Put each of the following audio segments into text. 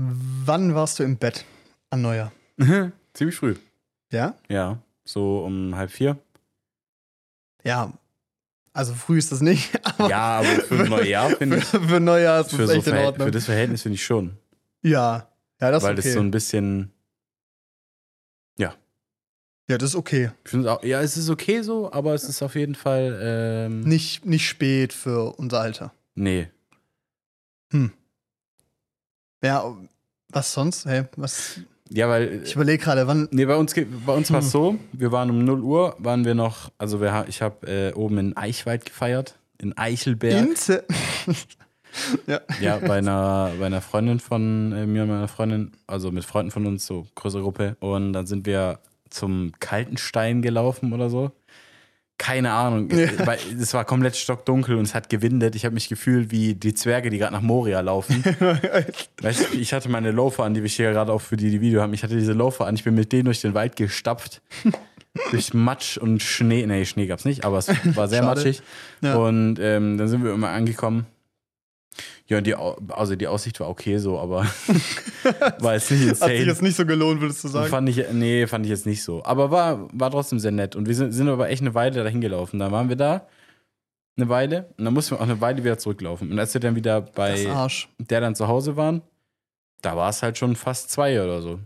Wann warst du im Bett an Neujahr? Ziemlich früh. Ja? Mhm. Ja, so um halb vier. Ja. Also früh ist das nicht, aber Ja, aber für ein Neujahr finde für, ich. für Neujahr ist Für, das so echt in Verhält- Ordnung. für das Verhältnis finde ich schon. ja. Ja, das ist weil okay. das so ein bisschen. ja, das ist okay. Ich find's auch, ja, es ist okay so, aber es ist auf jeden Fall. Ähm, Nicht, nicht spät für unser Alter. Nee. Ja, was sonst? Hey, was? Ja, weil. Ich überlege gerade, wann. Nee, bei uns, ge- bei uns war es so, wir waren um 0 Uhr, waren wir noch, also wir, ha- ich habe äh, oben in Eichwald gefeiert, in Eichelberg. Inze ja. Ja, bei einer, bei einer Freundin von äh, mir und meiner Freundin, also mit Freunden von uns, so größere Gruppe. Und dann sind wir zum Kaltenstein gelaufen oder so. Keine Ahnung. Ja. Weil Es war komplett stockdunkel und es hat gewindet. Ich habe mich gefühlt wie die Zwerge, die gerade nach Moria laufen. weißt du, ich hatte meine Loafer an, die wir hier gerade auch für die, die Video haben. Ich hatte diese Loafer an. Ich bin mit denen durch den Wald gestapft. durch Matsch und Schnee. Nee, Schnee gab's nicht, aber es war sehr Schade. matschig. Ja. Und ähm, dann sind wir immer angekommen. Ja, die, Au- also die Aussicht war okay so, aber war jetzt Hat sich nicht insane. jetzt nicht so gelohnt, würdest du sagen? Fand ich, nee, fand ich jetzt nicht so. Aber war, war trotzdem sehr nett. Und wir sind, sind aber echt eine Weile dahin gelaufen. Da waren wir da eine Weile und dann mussten wir auch eine Weile wieder zurücklaufen. Und als wir dann wieder Das bei Arsch. der dann zu Hause waren, da war es halt schon fast zwei oder so.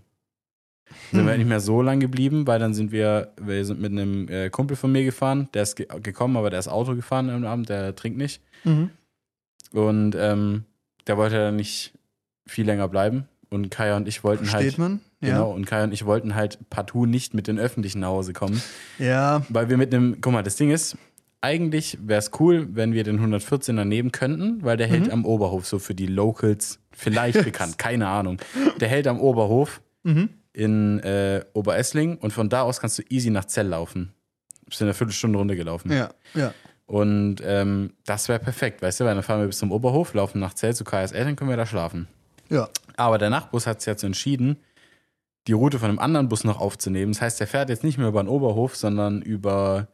Sind wir Hm. nicht mehr so lang geblieben, weil dann sind wir, wir sind mit einem äh, Kumpel von mir gefahren, der ist ge gekommen, aber der ist Auto gefahren am Abend, der trinkt nicht. Mhm. Und ähm, da wollte er nicht viel länger bleiben. Und Kaya und ich wollten Versteht halt. man? Ja. Genau, und Kaya und ich wollten halt partout nicht mit den Öffentlichen nach Hause kommen. Ja, Weil wir mit einem, guck mal, das Ding ist, eigentlich wäre es cool, wenn wir den 114er nehmen könnten, weil der hält am Oberhof, so für die Locals vielleicht bekannt, keine Ahnung. Der hält am Oberhof in äh, Oberessling und von da aus kannst du easy nach Zell laufen. Bist in einer Viertelstunde Runde gelaufen. ja, ja. Und ähm, das wäre perfekt, weißt du, weil dann fahren wir bis zum Oberhof, laufen nach Zell zu KSL, dann können wir da schlafen. Ja. Aber der Nachtbus hat es jetzt entschieden, die Route von einem anderen Bus noch aufzunehmen. Das heißt, der fährt jetzt nicht mehr über den Oberhof, sondern über,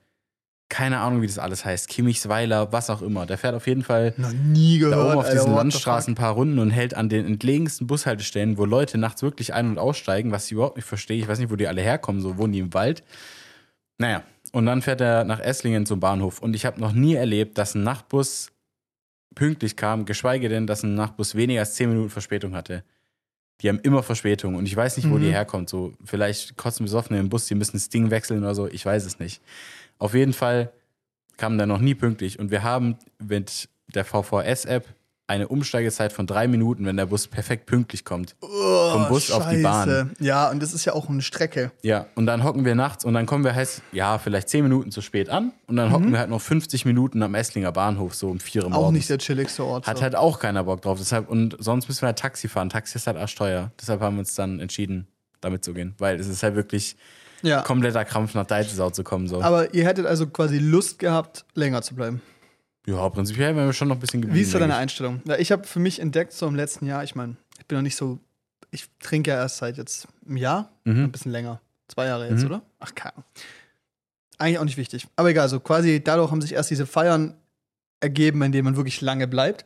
keine Ahnung, wie das alles heißt, Kimmichsweiler, was auch immer. Der fährt auf jeden Fall Noch nie gehört. da oben auf Alter, diesen what the Landstraßen ein paar Runden und hält an den entlegensten Bushaltestellen, wo Leute nachts wirklich ein- und aussteigen, was ich überhaupt nicht verstehe. Ich weiß nicht, wo die alle herkommen, so wohnen die im Wald. Naja, und dann fährt er nach Esslingen zum Bahnhof. Und ich habe noch nie erlebt, dass ein Nachtbus pünktlich kam, geschweige denn, dass ein Nachtbus weniger als 10 Minuten Verspätung hatte. Die haben immer Verspätung und ich weiß nicht, wo Mhm. die herkommt. So, vielleicht kotzen besoffene im Bus, die müssen das Ding wechseln oder so, ich weiß es nicht. Auf jeden Fall kamen da noch nie pünktlich und wir haben mit der VVS-App eine Umsteigezeit von drei Minuten, wenn der Bus perfekt pünktlich kommt. fuck? Oh, vom Bus auf die Bahn. Scheiße. Ja, und das ist ja auch eine Strecke. Ja, und dann hocken wir nachts und dann kommen wir heißt, ja, vielleicht zehn Minuten zu spät an und dann hocken wir halt noch 50 Minuten am Esslinger Bahnhof, so um vier Uhr morgens. Mhm. Auch nicht der chilligste Ort. Hat so. halt auch keiner Bock drauf. Deshalb, und sonst müssen wir halt Taxi fahren. Taxi ist halt arschteuer. Deshalb haben wir uns dann entschieden, damit zu gehen. Weil es ist halt wirklich ja. kompletter Krampf, nach Deitesau zu kommen. So. Aber ihr hättet also quasi Lust gehabt, länger zu bleiben. Ja, prinzipiell wären wir schon noch ein bisschen geblieben. Wie ist da deine denke Einstellung? Ja, ich habe für mich entdeckt, so im letzten Jahr, ich meine, ich bin noch nicht so, ich trinke ja erst seit jetzt einem Jahr, ich. Mhm. ein bisschen länger. Zwei Jahre jetzt, Mhm. oder? Ach, keine Ahnung. Eigentlich auch nicht wichtig. Aber egal, so quasi dadurch haben sich erst diese Feiern ergeben, in denen man wirklich lange bleibt.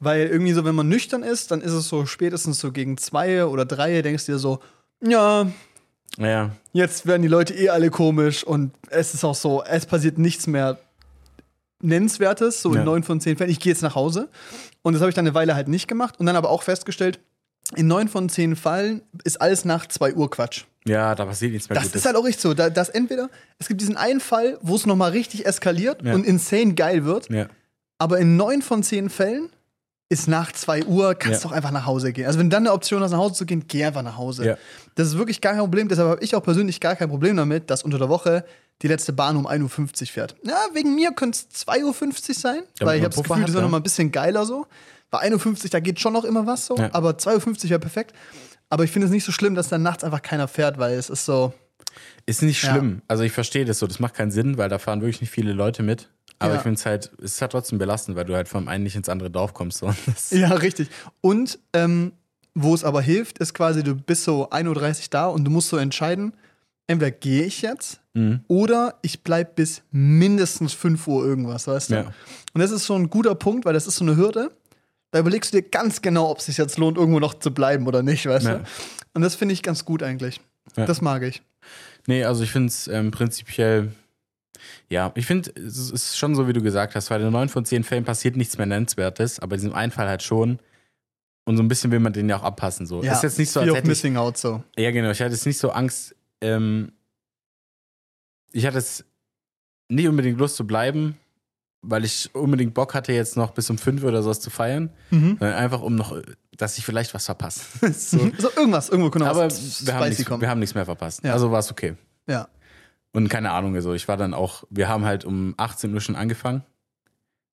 Weil irgendwie so, wenn man nüchtern ist, dann ist es so spätestens so gegen zwei oder drei, denkst du dir so, ja, Mhm. Ja, jetzt werden die Leute eh alle komisch und es ist auch so, es passiert nichts mehr Nennenswertes, so Ja. in neun von zehn Fällen. Ich gehe jetzt nach Hause. Und das habe ich dann eine Weile halt nicht gemacht und dann aber auch festgestellt, in neun von zehn Fällen ist alles nach zwei Uhr Quatsch. ja, da passiert nichts mehr Das Gutes. ist halt auch richtig so. Da, dass entweder, es gibt diesen einen Fall, wo es nochmal richtig eskaliert Ja. und insane geil wird, ja. aber in neun von zehn Fällen ist nach 2 Uhr, kannst Ja. doch einfach nach Hause gehen. Also wenn dann eine Option hast, nach Hause zu gehen, geh einfach nach Hause. Ja. Das ist wirklich gar kein Problem. Deshalb habe ich auch persönlich gar kein Problem damit, dass unter der Woche die letzte Bahn um 1.50 Uhr fährt. Ja, wegen mir könnte es 2.50 Uhr sein, weil Ja, wenn man ich habe das Puffer Gefühl, hat, das wäre ja. nochmal ein bisschen geiler so. Bei 1.50 Uhr, da geht schon noch immer was so, Ja. aber 2.50 Uhr wäre perfekt. Aber ich finde es nicht so schlimm, dass dann nachts einfach keiner fährt, weil es ist so, Ist nicht Ja. schlimm. Also ich verstehe das so. Das macht keinen Sinn, weil da fahren wirklich nicht viele Leute mit. Aber Ja. ich finde es halt, es ist halt trotzdem belastend, weil du halt vom einen nicht ins andere Dorf kommst. So. Das, Ja, richtig. Und ähm, wo es aber hilft, ist quasi, du bist so 1.30 Uhr da und du musst so entscheiden, entweder gehe ich jetzt Mhm. oder ich bleibe bis mindestens 5 Uhr irgendwas, weißt du? Ja. Und das ist so ein guter Punkt, weil das ist so eine Hürde, Da überlegst du dir ganz genau, ob es sich jetzt lohnt, irgendwo noch zu bleiben oder nicht, weißt Ja. du? Und das finde ich ganz gut eigentlich. Ja. Das mag ich. Nee, also ich finde es ähm, prinzipiell, ja, ich finde, es ist schon so, wie du gesagt hast, bei den 9 von 10 Fällen passiert nichts mehr Nennenswertes, aber in diesem einen Fall halt schon. Und so ein bisschen will man den ja auch abpassen. So. Ja, ist jetzt nicht so, als Fear of hätte ich, Missing Out so. Ja, genau, ich hatte jetzt nicht so Angst. Ähm, ich hatte es nicht unbedingt Lust zu bleiben, weil ich unbedingt Bock hatte, jetzt noch bis um 5 oder sowas zu feiern, Mhm. sondern einfach um noch, äh, dass ich vielleicht was verpasse. so. So, irgendwas, irgendwo könnte Aber was wir haben, spicy nichts, kommen. wir haben nichts mehr verpasst. Ja. Also war es okay. ja. Und keine Ahnung, also ich war dann auch, wir haben halt um 18 Uhr schon angefangen,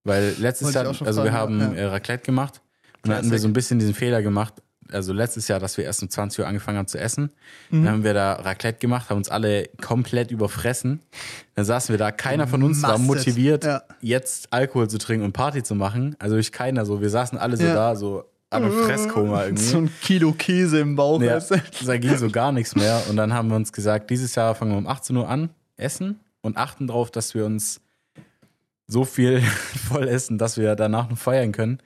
weil letztes Wollte ich Jahr, auch schon also wir fragen, haben ja. äh, Raclette gemacht und dann hatten wir Classic. so ein bisschen diesen Fehler gemacht, also letztes Jahr, dass wir erst um 20 Uhr angefangen haben zu essen, Mhm. dann haben wir da Raclette gemacht, haben uns alle komplett überfressen, dann saßen wir da, keiner von uns war Mastet. motiviert, Ja. jetzt Alkohol zu trinken und Party zu machen, also ich keiner so, wir saßen alle so Ja. da, so an einem Fresskoma irgendwie. So ein Kilo Käse im Bauch. Ja, weißt du? da ging so gar nichts mehr. Und dann haben wir uns gesagt, dieses Jahr fangen wir um 18 Uhr an, essen und achten darauf, dass wir uns so viel voll essen, dass wir danach noch feiern können.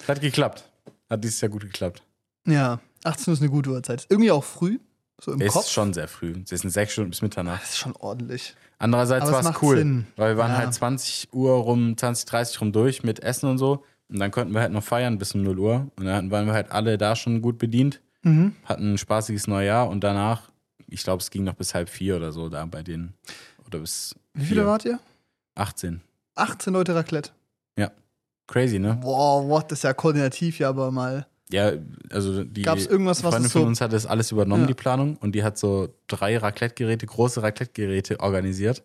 Das hat geklappt. Hat dieses Jahr gut geklappt. ja, 18 ist eine gute Uhrzeit. Ist Irgendwie auch früh, so im Ist Kopf. schon sehr früh. Es sind sechs Stunden bis Mitternacht. Das ist schon ordentlich. Andererseits Aber es war es macht cool, Sinn. weil wir waren Ja. halt 20 Uhr rum, 20, 30 rum durch mit Essen und so. Und dann konnten wir halt noch feiern bis um 0 Uhr. Und dann waren wir halt alle da schon gut bedient, Mhm. hatten ein spaßiges Neujahr und danach, ich glaube, es ging noch bis halb vier oder so da bei denen. Oder bis Wie viele vier. wart ihr? 18. 18 Leute Raclette. Crazy, ne? Boah, what, das ist ja koordinativ, ja, aber mal. Ja, also die Gab's irgendwas, was Freundin es von so- uns hat das alles übernommen, Ja. die Planung. Und die hat so drei Raclette-Geräte, große Raclette-Geräte organisiert.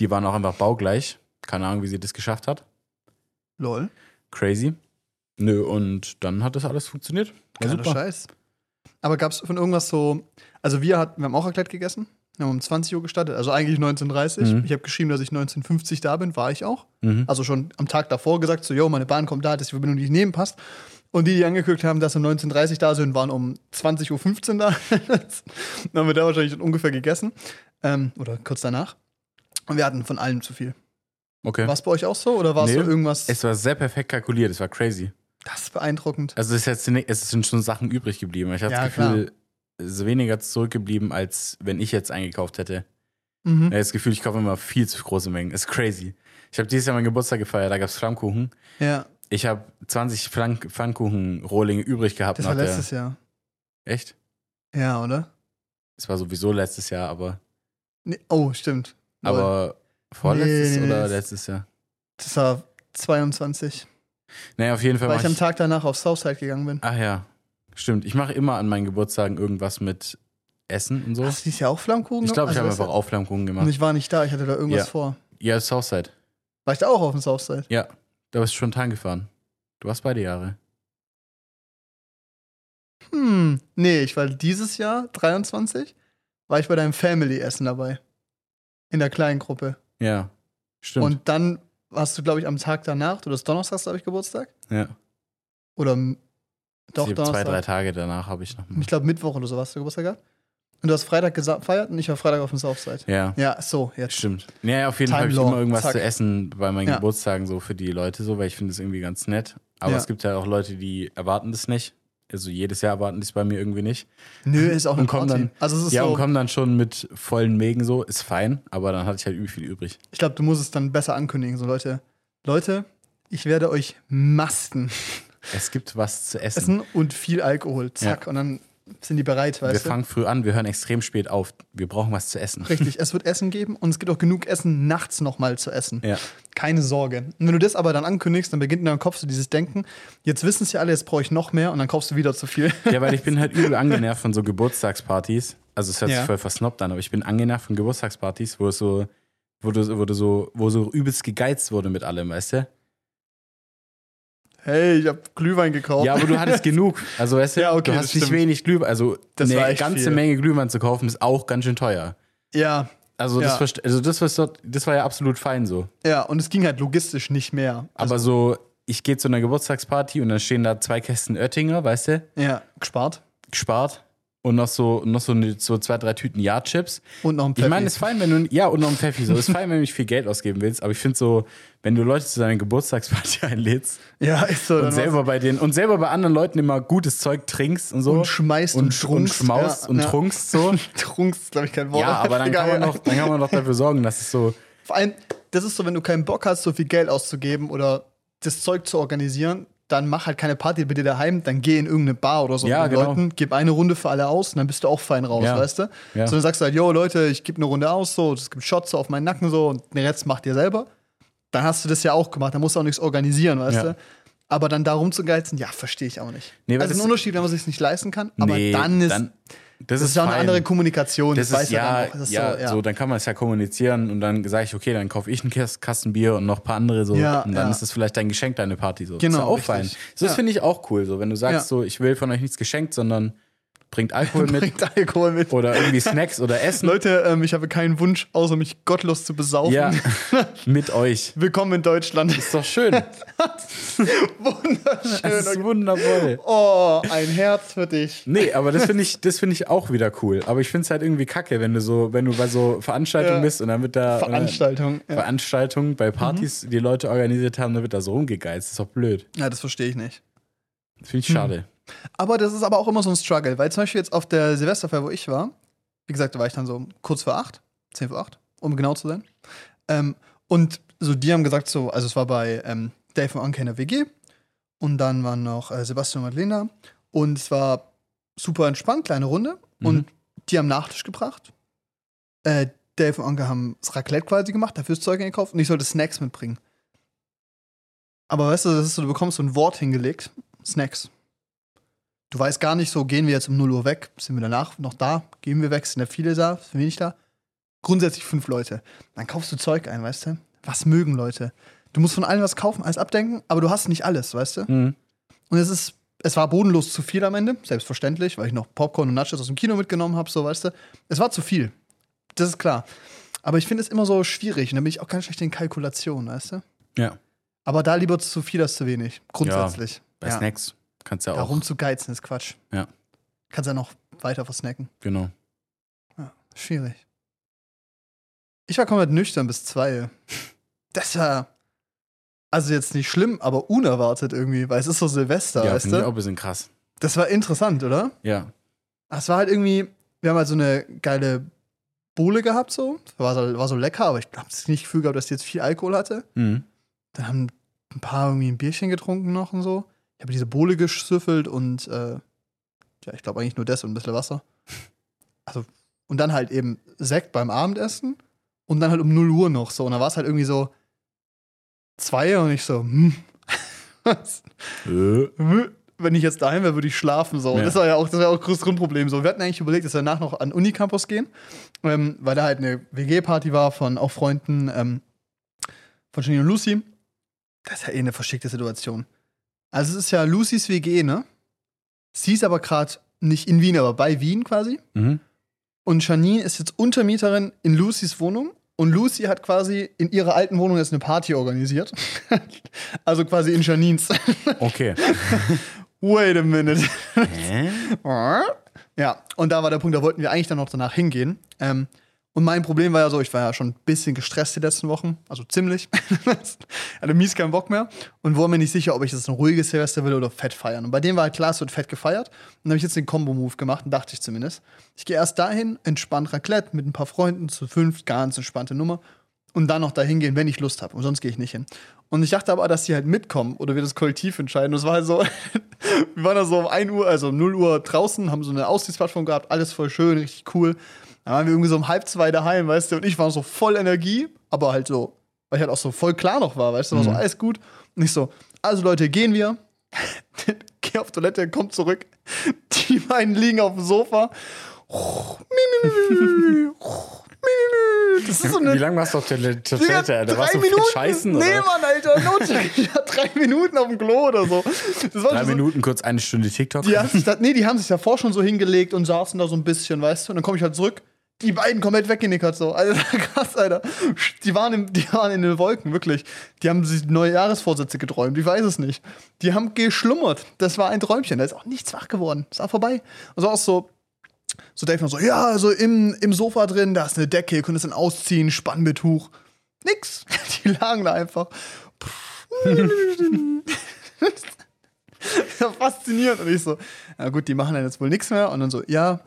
Die waren auch einfach baugleich. Keine Ahnung, wie sie das geschafft hat. Lol. Crazy. Nö, und dann hat das alles funktioniert. War Geiler super. Scheiß. Aber gab es von irgendwas so. Also, wir, hatten, wir haben auch Raclette gegessen. Wir haben um 20 Uhr gestartet, also eigentlich 19.30 Uhr. Mhm. Ich habe geschrieben, dass ich 19.50 Uhr da bin, war ich auch. Mhm. Also schon am Tag davor gesagt, so, yo, meine Bahn kommt da, dass die Verbindung nicht neben passt. Und die, die angeguckt haben, dass sie um 19.30 Uhr da sind, waren um 20.15 Uhr da. dann haben wir da wahrscheinlich ungefähr gegessen. Ähm, oder kurz danach. Und wir hatten von allem zu viel. Okay. War es bei euch auch so? Oder war es Nee. so irgendwas? Es war sehr perfekt kalkuliert, es war crazy. das ist beeindruckend. Also es, ist jetzt, nicht- es sind schon Sachen übrig geblieben. Ich habe Ja, das Gefühl, es ist weniger zurückgeblieben, als wenn ich jetzt eingekauft hätte. Mhm. Ich habe das Gefühl, ich kaufe immer viel zu große Mengen. Ist crazy. Ich habe dieses Jahr meinen Geburtstag gefeiert, da gab es Flammkuchen. Ja, Ich habe 20 Flank- Pfannkuchen-Rohlinge übrig gehabt. das war nach der- letztes Jahr. Echt? Ja, oder? Es war sowieso letztes Jahr, aber, Nee, oh, stimmt. Lol. aber vorletztes Nee, nee, oder nee. letztes Jahr? das war 22, Naja, auf jeden Fall weil war ich am Tag danach auf Southside gegangen bin. Ach ja, stimmt. Ich mache immer an meinen Geburtstagen irgendwas mit Essen und so. Hast du dieses Jahr auch Flammkuchen Ich glaube, ich gemacht? habe Also, einfach auch Flammkuchen weißt du, Und gemacht. ich war nicht da, ich hatte da irgendwas Ja. vor. Ja, Southside. War ich da auch auf dem Southside? Ja, da bist du spontan gefahren. Du warst beide Jahre. Hm, nee, ich war dieses Jahr, 23, war ich bei deinem Family-Essen dabei. In der kleinen Gruppe. Ja, stimmt. Und dann hast du, glaube ich, am Tag danach, du hast Donnerstags, glaube ich, Geburtstag? ja. Oder m- doch, Ich glaub, Donnerstag. zwei, drei Tage danach habe ich noch mal. Ich glaube, Mittwoch oder so warst du Geburtstag gehabt. Und du hast Freitag gesa- gefeiert und ich war Freitag auf dem Southside. Ja, Ja, so, jetzt. stimmt. Ja, auf jeden Time Fall habe ich Law, immer irgendwas zack. zu essen bei meinen Ja. Geburtstagen so für die Leute so, weil ich finde es irgendwie ganz nett. Aber Ja. es gibt ja auch Leute, die erwarten das nicht. Also jedes Jahr erwarten die es bei mir irgendwie nicht. Nö, ist auch eine Und komm Party. dann- also es ist ja, so, und kommen dann schon mit vollen Mägen so, ist fein, aber dann hatte ich halt übel viel übrig. ich glaube, du musst es dann besser ankündigen. So, Leute, Leute, ich werde euch masten Es gibt was zu essen. essen und viel Alkohol. Zack. Und dann sind die bereit, wir weißt du? fangen früh an, wir hören extrem spät auf. Wir brauchen was zu essen. Richtig, es wird Essen geben und es gibt auch genug Essen, nachts nochmal zu essen. Ja. Keine Sorge. Und wenn du das aber dann ankündigst, dann beginnt in deinem Kopf so dieses Denken, jetzt wissen es ja alle, jetzt brauche ich noch mehr und dann kaufst du wieder zu viel. Ja, weil ich bin halt übel angenervt von so Geburtstagspartys. Also es hört Ja. sich voll versnobbt an, aber ich bin angenervt von Geburtstagspartys, wo es so, wo du, wo du so, wo so übelst gegeizt wurde mit allem, weißt du? Hey, ich habe Glühwein gekauft. Ja, aber du hattest genug. Also weißt du, Oh. Ja, okay, du das hast nicht stimmt. wenig Glühwein. Also Das war eine echt ganze viel. Menge Glühwein zu kaufen, ist auch ganz schön teuer. ja, Also, Ja. das, verste- also das, was dort, das war ja absolut fein so. ja, und es ging halt logistisch nicht mehr. Aber so, ich gehe zu einer Geburtstagsparty und dann stehen da zwei Kästen Oettinger, weißt du, ja, gespart. gespart. und noch so, noch so, eine, so zwei, drei Tüten Ja-Chips. Und noch ein Ich Pfeffi. meine, es ist fein, wenn du, ja, und noch ein Pfeffi, so, es ist fein, wenn du nicht viel Geld ausgeben willst, aber ich finde so, wenn du Leute zu deiner Geburtstagsparty einlädst ja, ist so. und dann selber bei denen, und selber bei anderen Leuten immer gutes Zeug trinkst und so. Und schmeißt und trunkst, Und schmaust ja, und ja. trunkst so. Trunks, glaube ich, kein Wort. Ja, aber dann kann, Egal. man noch, dann kann man doch dafür sorgen, dass es so, Vor allem, das ist so, wenn du keinen Bock hast, so viel Geld auszugeben oder das Zeug zu organisieren, dann mach halt keine Party bei dir daheim, dann geh in irgendeine Bar oder so Ja, mit genau. Leuten, gib eine Runde für alle aus und dann bist du auch fein raus, Ja. weißt du? Ja. Sondern sagst du halt, yo Leute, ich gebe eine Runde aus, so, es gibt Shots so auf meinen Nacken so und den Rest macht ihr selber. Dann hast du das ja auch gemacht, dann musst du auch nichts organisieren, weißt Ja. du? Aber dann da rumzugeizen, ja, verstehe ich auch nicht. Nee, weil also ein das- Unterschied, wenn man sich nicht leisten kann, aber nee, dann ist das, das ist ja auch eine fein. andere Kommunikation, Das, ist weiß er ja, dann auch. Das ist ja, so, ja. dann kann man es ja kommunizieren und dann sage ich, okay, dann kaufe ich einen Kas- Kasten Bier und noch ein paar andere so Ja, und dann ja. ist das vielleicht dein Geschenk, deine Party so. Genau, ist ja auch richtig. fein. So, das Ja. finde ich auch cool, so wenn du sagst, Ja. so ich will von euch nichts geschenkt, sondern bringt Alkohol mit Bringt Alkohol mit. oder irgendwie Snacks oder Essen. Leute, ähm, ich habe keinen Wunsch, außer mich gottlos zu besaufen. Ja, mit euch. Willkommen in Deutschland. Ist doch schön. Das ist Wunderschön. wundervoll. Oh, ein Herz für dich. Nee, aber das finde ich, das finde ich auch wieder cool. Aber ich finde es halt irgendwie kacke, wenn du so, wenn du bei so Veranstaltungen Ja. bist und dann wird da Veranstaltung. äh, Ja, Mhm. Veranstaltungen bei Partys, die Leute organisiert haben, dann wird da so rumgegeizt. Ist doch blöd. ja das verstehe ich nicht. Das finde ich Mhm. schade. Aber das ist aber auch immer so ein Struggle, weil zum Beispiel jetzt auf der Silvesterfeier, wo ich war, wie gesagt, da war ich dann so kurz vor acht, zehn vor acht, um genau zu sein. Ähm, und so die haben gesagt, so, also es war bei ähm, Dave von Anke in der WG und dann waren noch äh, Sebastian und Madlena und es war super entspannt, kleine Runde und die haben Nachtisch gebracht. Äh, Dave und Anke haben das Raclette quasi gemacht, dafür das Zeug eingekauft und ich sollte Snacks mitbringen. Aber weißt du, das ist so, du bekommst so ein Wort hingelegt, Snacks. Du weißt gar nicht so, gehen wir jetzt um 0 Uhr weg, sind wir danach noch da, gehen wir weg, sind da viele da, sind wir nicht da? Grundsätzlich fünf Leute. Dann kaufst du Zeug ein, weißt du? Was mögen Leute? Du musst von allem was kaufen, alles abdenken, aber du hast nicht alles, weißt du? Mhm. Und es ist, es war bodenlos zu viel am Ende, selbstverständlich, weil ich noch Popcorn und Nachos aus dem Kino mitgenommen habe, so weißt du. Es war zu viel. Das ist klar. Aber ich finde es immer so schwierig und da bin ich auch ganz schlecht in Kalkulation, weißt du? Ja. Aber da lieber zu viel als zu wenig, grundsätzlich. Bei Snacks kannst du ja auch. Darum zu geizen ist Quatsch. Ja. Kannst ja noch weiter versnacken. Genau. Schwierig. Ich war komplett nüchtern bis zwei. Das war also jetzt nicht schlimm, aber unerwartet irgendwie, weil es ist so Silvester, ja, weißt finde ich auch du? ein bisschen krass. Das war interessant, oder? Ja. Ach, Es war halt irgendwie, wir haben halt so eine geile Bohle gehabt, so. War so, war so lecker, aber ich habe das nicht Gefühl gehabt, dass die jetzt viel Alkohol hatte. Mhm. Dann haben ein paar irgendwie ein Bierchen getrunken noch und so. Ich habe diese Bohle geschüffelt und äh, ja, ich glaube eigentlich nur das und ein bisschen Wasser. Also, und dann halt eben Sekt beim Abendessen und dann halt um 0 Uhr noch so. Und da war es halt irgendwie so zwei und ich so, hm, was? Äh. wenn ich jetzt daheim wäre, würde ich schlafen. So. Und Ja. Das war ja auch das war ja auch ein großes Grundproblem. So. Wir hatten eigentlich überlegt, dass wir danach noch an den Unicampus gehen, ähm, weil da halt eine WG-Party war von auch Freunden ähm, von Janine und Lucy. Das ist ja eh eine verschickte Situation. Also es ist ja Lucys WG, ne? Sie ist aber gerade nicht in Wien, aber bei Wien quasi. Mhm. Und Janine ist jetzt Untermieterin in Lucys Wohnung. Und Lucy hat quasi in ihrer alten Wohnung jetzt eine Party organisiert. also quasi in Janines. Okay. Wait a minute. Hä? Ja, und da war der Punkt, da wollten wir eigentlich dann noch danach hingehen. Ähm, und mein Problem war ja so, ich war ja schon ein bisschen gestresst die letzten Wochen, also ziemlich. Hatte mies keinen Bock mehr und war mir nicht sicher, ob ich jetzt ein ruhiges Silvester will oder fett feiern. Und bei dem war halt klar, es wird fett gefeiert. Und dann habe ich jetzt den Combo-Move gemacht und dachte ich zumindest. Ich gehe erst dahin, entspannt Raclette mit ein paar Freunden, zu fünf, ganz entspannte Nummer. Und dann noch dahin gehen, wenn ich Lust habe. Und sonst gehe ich nicht hin. Und ich dachte aber, dass die halt mitkommen oder wir das kollektiv entscheiden. Und es war halt so, wir waren da so um 1 Uhr, also um 0 Uhr draußen, haben so eine Aussichtsplattform gehabt, alles voll schön, richtig cool. Dann waren wir irgendwie so um halb zwei daheim, weißt du, und ich war so voll Energie, aber halt so, weil ich halt auch so voll klar noch war, weißt du, Mhm. war so alles gut. Und ich so, also Leute, gehen wir. Geh auf Toilette, komm zurück. Die beiden liegen auf dem Sofa. Das ist so eine Wie lange warst du auf der Le- Digga, Toilette? Alter? drei warst du viel Minuten. Scheißen? Nee, Oder? Mann, Alter. Not ich war drei Minuten auf dem Klo oder so. Das war Drei schon so, Minuten, kurz eine Stunde TikTok. die, haben sich da, nee, die haben sich davor schon so hingelegt und saßen da so ein bisschen, weißt du? Und dann komme ich halt zurück. Die beiden komplett weggenickert so. Alter, krass, Alter. Die waren, im, die waren in den Wolken, wirklich. Die haben sich neue Jahresvorsätze geträumt, ich weiß es nicht. Die haben geschlummert. Das war ein Träumchen. Da ist auch nichts wach geworden. Ist auch vorbei. Also auch so, So denkt man so, ja, also im, im Sofa drin, da ist eine Decke, ihr könnt es dann ausziehen, spannen mit Tuch. Nix. Die lagen da einfach. Das war faszinierend. Und ich so, na gut, die machen dann jetzt wohl nichts mehr. Und dann so, ja,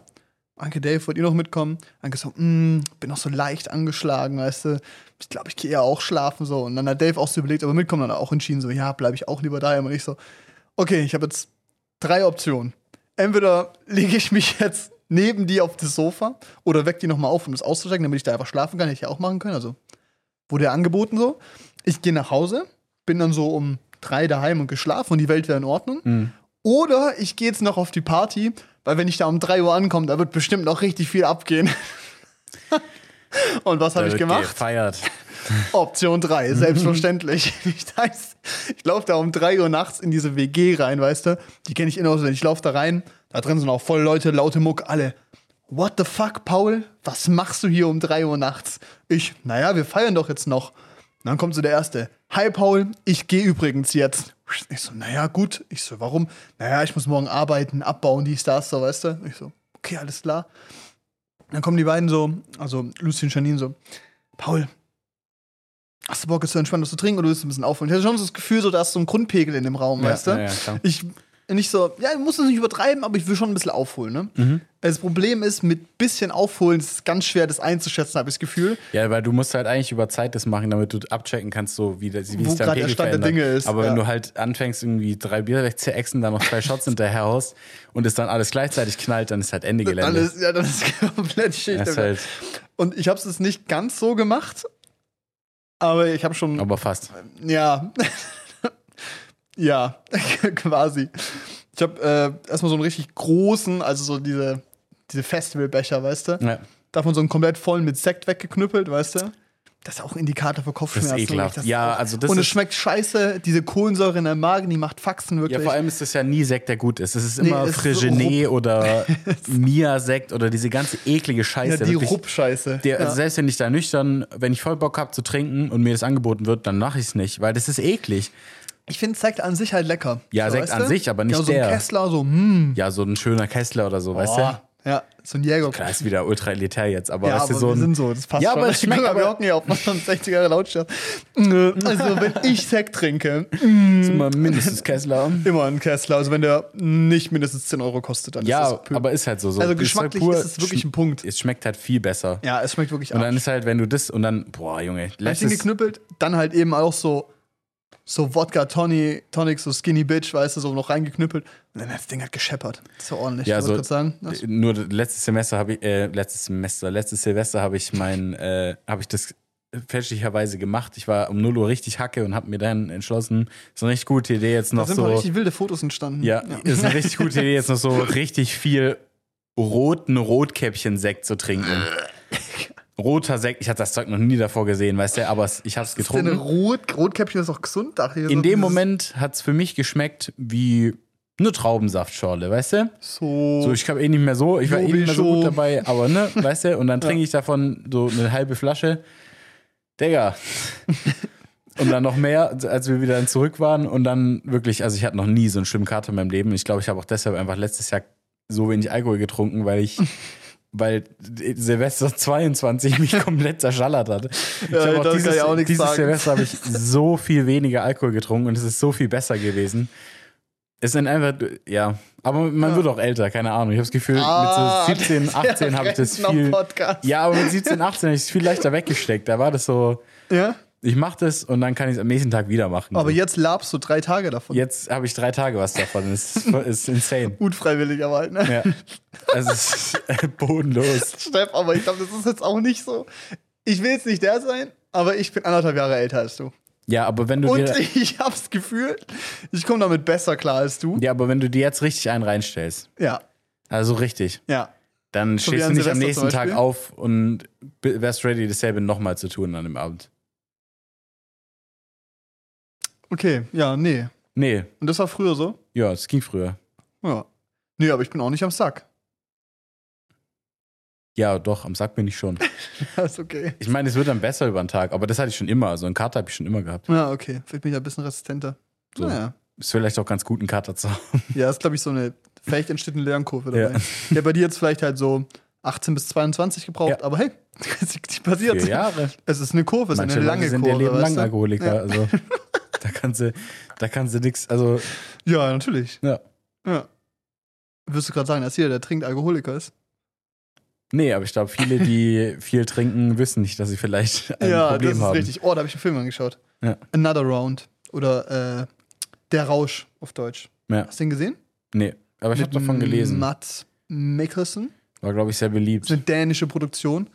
Anke Dave, wollt ihr noch mitkommen? Anke so, mm, bin noch so leicht angeschlagen, weißt du. Ich glaube, ich gehe ja auch schlafen so. Und dann hat Dave auch so überlegt, ob er mitkommt. Und dann hat er auch entschieden, so, ja, bleibe ich auch lieber daheim. Und ich so, okay, ich habe jetzt drei Optionen. Entweder lege ich mich jetzt neben die auf das Sofa oder weck die nochmal auf, um das auszusteigen, damit ich da einfach schlafen kann. Hätte ich ja auch machen können. Also wurde ja angeboten so. Ich gehe nach Hause, bin dann so um drei daheim und geschlafen und die Welt wäre in Ordnung. Oder ich gehe jetzt noch auf die Party, weil wenn ich da um drei Uhr ankomme, da wird bestimmt noch richtig viel abgehen. und was habe ich gemacht? Äh, Gefeiert. Option 3, selbstverständlich. ich weiß, ich laufe da um 3 Uhr nachts in diese WG rein, weißt du? Die kenne ich in- und auswendig. Ich laufe da rein, da drin sind auch voll Leute, laute Muck, alle. What the fuck, Paul? Was machst du hier um 3 Uhr nachts? Ich, naja, wir feiern doch jetzt noch. Und dann kommt so der Erste. Hi, Paul, ich gehe übrigens jetzt. Ich so, naja, gut. Ich so, warum? Naja, ich muss morgen arbeiten, abbauen, dies, das, so, weißt du? Ich so, okay, alles klar. Dann kommen die beiden so, also Lucy und Janine so, Paul, hast du Bock, jetzt so entspannt was zu trinken oder willst du ein bisschen aufholen? Ich hatte schon so das Gefühl, so, da ist so ein Grundpegel in dem Raum, Ja, weißt du? ja, ja, klar. ich nicht so, ja, ich muss es nicht übertreiben, aber ich will schon ein bisschen aufholen, ne? Mhm. Das Problem ist, mit bisschen aufholen ist es ganz schwer, das einzuschätzen, habe ich das Gefühl. Ja, weil du musst halt eigentlich über Zeit das machen, damit du abchecken kannst, so wie, das, wie Wo es dein grad der Pegel Stand der verändert. Dinge ist, Aber ja. wenn du halt anfängst, irgendwie drei Bier wegzuexen, dann noch zwei Shots hinterher haust und es dann alles gleichzeitig knallt, dann ist halt Ende Dann Gelände. ist, ja, dann ist komplett Schicht. Das ist im- halt, Und ich habe es nicht ganz so gemacht, aber ich habe schon, aber fast. ja, ja, quasi. Ich habe äh, erstmal so einen richtig großen, also so diese, diese Festivalbecher, weißt du? Ja, Davon so einen komplett vollen mit Sekt weggeknüppelt, weißt du? Das ist auch ein Indikator für Kopfschmerzen. wirklich. ekelhaft. Das Ja, auch- also das Und es ist- schmeckt scheiße, diese Kohlensäure in der Magen, die macht Faxen wirklich. ja vor allem ist das ja nie Sekt, der gut ist. Es ist immer Nee, es ist so Frigenet oder Mia-Sekt oder diese ganze eklige Scheiße. ja, die wirklich. Rupp-Scheiße. Der, ja. Selbst wenn ich da nüchtern, wenn ich voll Bock habe zu trinken und mir das angeboten wird, dann mache ich es nicht, weil das ist eklig. Ich finde Sekt an sich halt lecker. Ja, Sekt weißt an du? sich, aber nicht ja, so der. Ein Kessler, so, mm, Ja, so ein schöner Kessler oder so, weißt du? boah. Ja, so ein Jäger. Klar, ist wieder ultra elitär jetzt, aber Ja, weißt aber du, so wir ein, sind so, das passt Ja, schon. aber es schmeckt Guck mal, aber- wir hocken hier auf 69 Jahre Lautstärke. Nö, Also, wenn ich Sekt trinke, ist immer mindestens Kessler. immer ein Kessler. Also, wenn der nicht mindestens 10 Euro kostet, dann ist Ja, das pü- aber ist halt so. so Also ist halt geschmacklich pur- ist es wirklich ein schm- Punkt. Es schmeckt halt viel besser. Ja, es schmeckt wirklich Und ab. dann ist halt, wenn du das und dann, boah, Junge, Bisschen letztes, geknüppelt, dann halt eben auch so, so Wodka, Tony, Tonic, so Skinny Bitch, weißt du, so noch reingeknüppelt. Und dann hat das Ding halt gescheppert. Das war ordentlich, ja, muss ich so, kurz sagen. Das- d- äh, nur das- letztes Semester habe ich, äh, letztes Semester, letztes Silvester habe ich mein, äh, habe ich das fälschlicherweise gemacht. Ich war um 0 Uhr richtig hacke und habe mir dann entschlossen, ist eine richtig gute Idee, jetzt Da noch sind so. mal richtig wilde Fotos entstanden. Ja, ist eine richtig gute Idee, jetzt noch so richtig viel roten Rotkäppchen-Sekt zu trinken. Roter Sekt, ich hatte das Zeug noch nie davor gesehen, weißt du, aber es- ich habe es Ist denn getrunken. Rot, Rotkäppchen ist auch gesund, dachte ich. In So dem dieses- Moment hat es für mich geschmeckt wie eine Traubensaftschorle, weißt du? So, So, ich habe eh nicht mehr so, ich war eh nicht mehr so Jobi-Scho. gut dabei, aber ne, weißt du, und dann trinke ich davon so eine halbe Flasche. Digga. Und dann noch mehr, als wir wieder zurück waren. Und dann wirklich, also ich hatte noch nie so einen schlimmen Kater in meinem Leben. Ich glaube, ich habe auch deshalb einfach letztes Jahr so wenig Alkohol getrunken, weil ich, weil Silvester 22 mich komplett zerschallert hat. Ich Ja, habe da kann ich auch nichts dieses sagen. Silvester habe ich so viel weniger Alkohol getrunken und es ist so viel besser gewesen. Es sind einfach, ja, aber man wird auch älter, keine Ahnung. Ich habe das Gefühl, Ah, mit so 17, 18 habe ich das Referenzen auf viel. Podcast. Ja, aber mit 17, 18 habe ich es viel leichter weggesteckt. Da war das so, ja? ich mache das und dann kann ich es am nächsten Tag wieder machen. Aber so. jetzt labst du drei Tage davon. Jetzt habe ich drei Tage was davon. Das ist, voll- ist insane. Unfreiwillig aber halt, ne? Ja. Also Es ist bodenlos. Steff, aber ich glaube, das ist jetzt auch nicht so. Ich will jetzt nicht der sein, aber ich bin anderthalb Jahre älter als du. Ja, aber wenn du Und dir. ich hab's Gefühl, ich komme damit besser klar als du. Ja, aber wenn du dir jetzt richtig einen reinstellst, Ja, also richtig, ja. dann So wie stehst du an nicht Silvester am nächsten zum Tag Beispiel? auf und b- wärst ready, dasselbe nochmal zu tun an dem Abend. Okay, ja, nee. Nee, Und das war früher so? ja, es ging früher. Ja. Nee, aber ich bin auch nicht am Sack. Ja, doch, am Sack bin ich schon. Das ist okay. Ich meine, es wird dann Also besser über den Tag, aber das hatte ich schon immer. So einen Kater habe ich schon immer gehabt. Ja, okay. Vielleicht bin ich ja ein bisschen resistenter. So. Naja. Ist vielleicht auch ganz gut, einen Kater zu haben. Ja, ist, glaube ich, so eine vielleicht entsteht eine Lernkurve dabei. Ja. Der bei dir jetzt vielleicht halt so 18 bis 22 gebraucht, Ja. aber hey, die die passiert. Vier Jahre. Es ist eine Kurve, es ist Manche eine lange Leute sind Kurve. ihr Leben lang weißt du? Alkoholiker. Also, da kannst du, da kannst du nix. Also, Ja, natürlich. Ja. ja. Würdest du gerade sagen, dass jeder, der trinkt, Alkoholiker ist? nee, aber ich glaube, viele, die viel trinken, wissen nicht, dass sie vielleicht ein ja, Problem das ist haben. richtig. Oh, da habe ich einen Film angeschaut. Ja. Another Round. Oder äh, Der Rausch auf Deutsch. Ja. Hast du den gesehen? Nee, aber ich habe Mit davon gelesen. Matt Mikkelsen. War, glaube ich, sehr Das ist beliebt. eine dänische Produktion.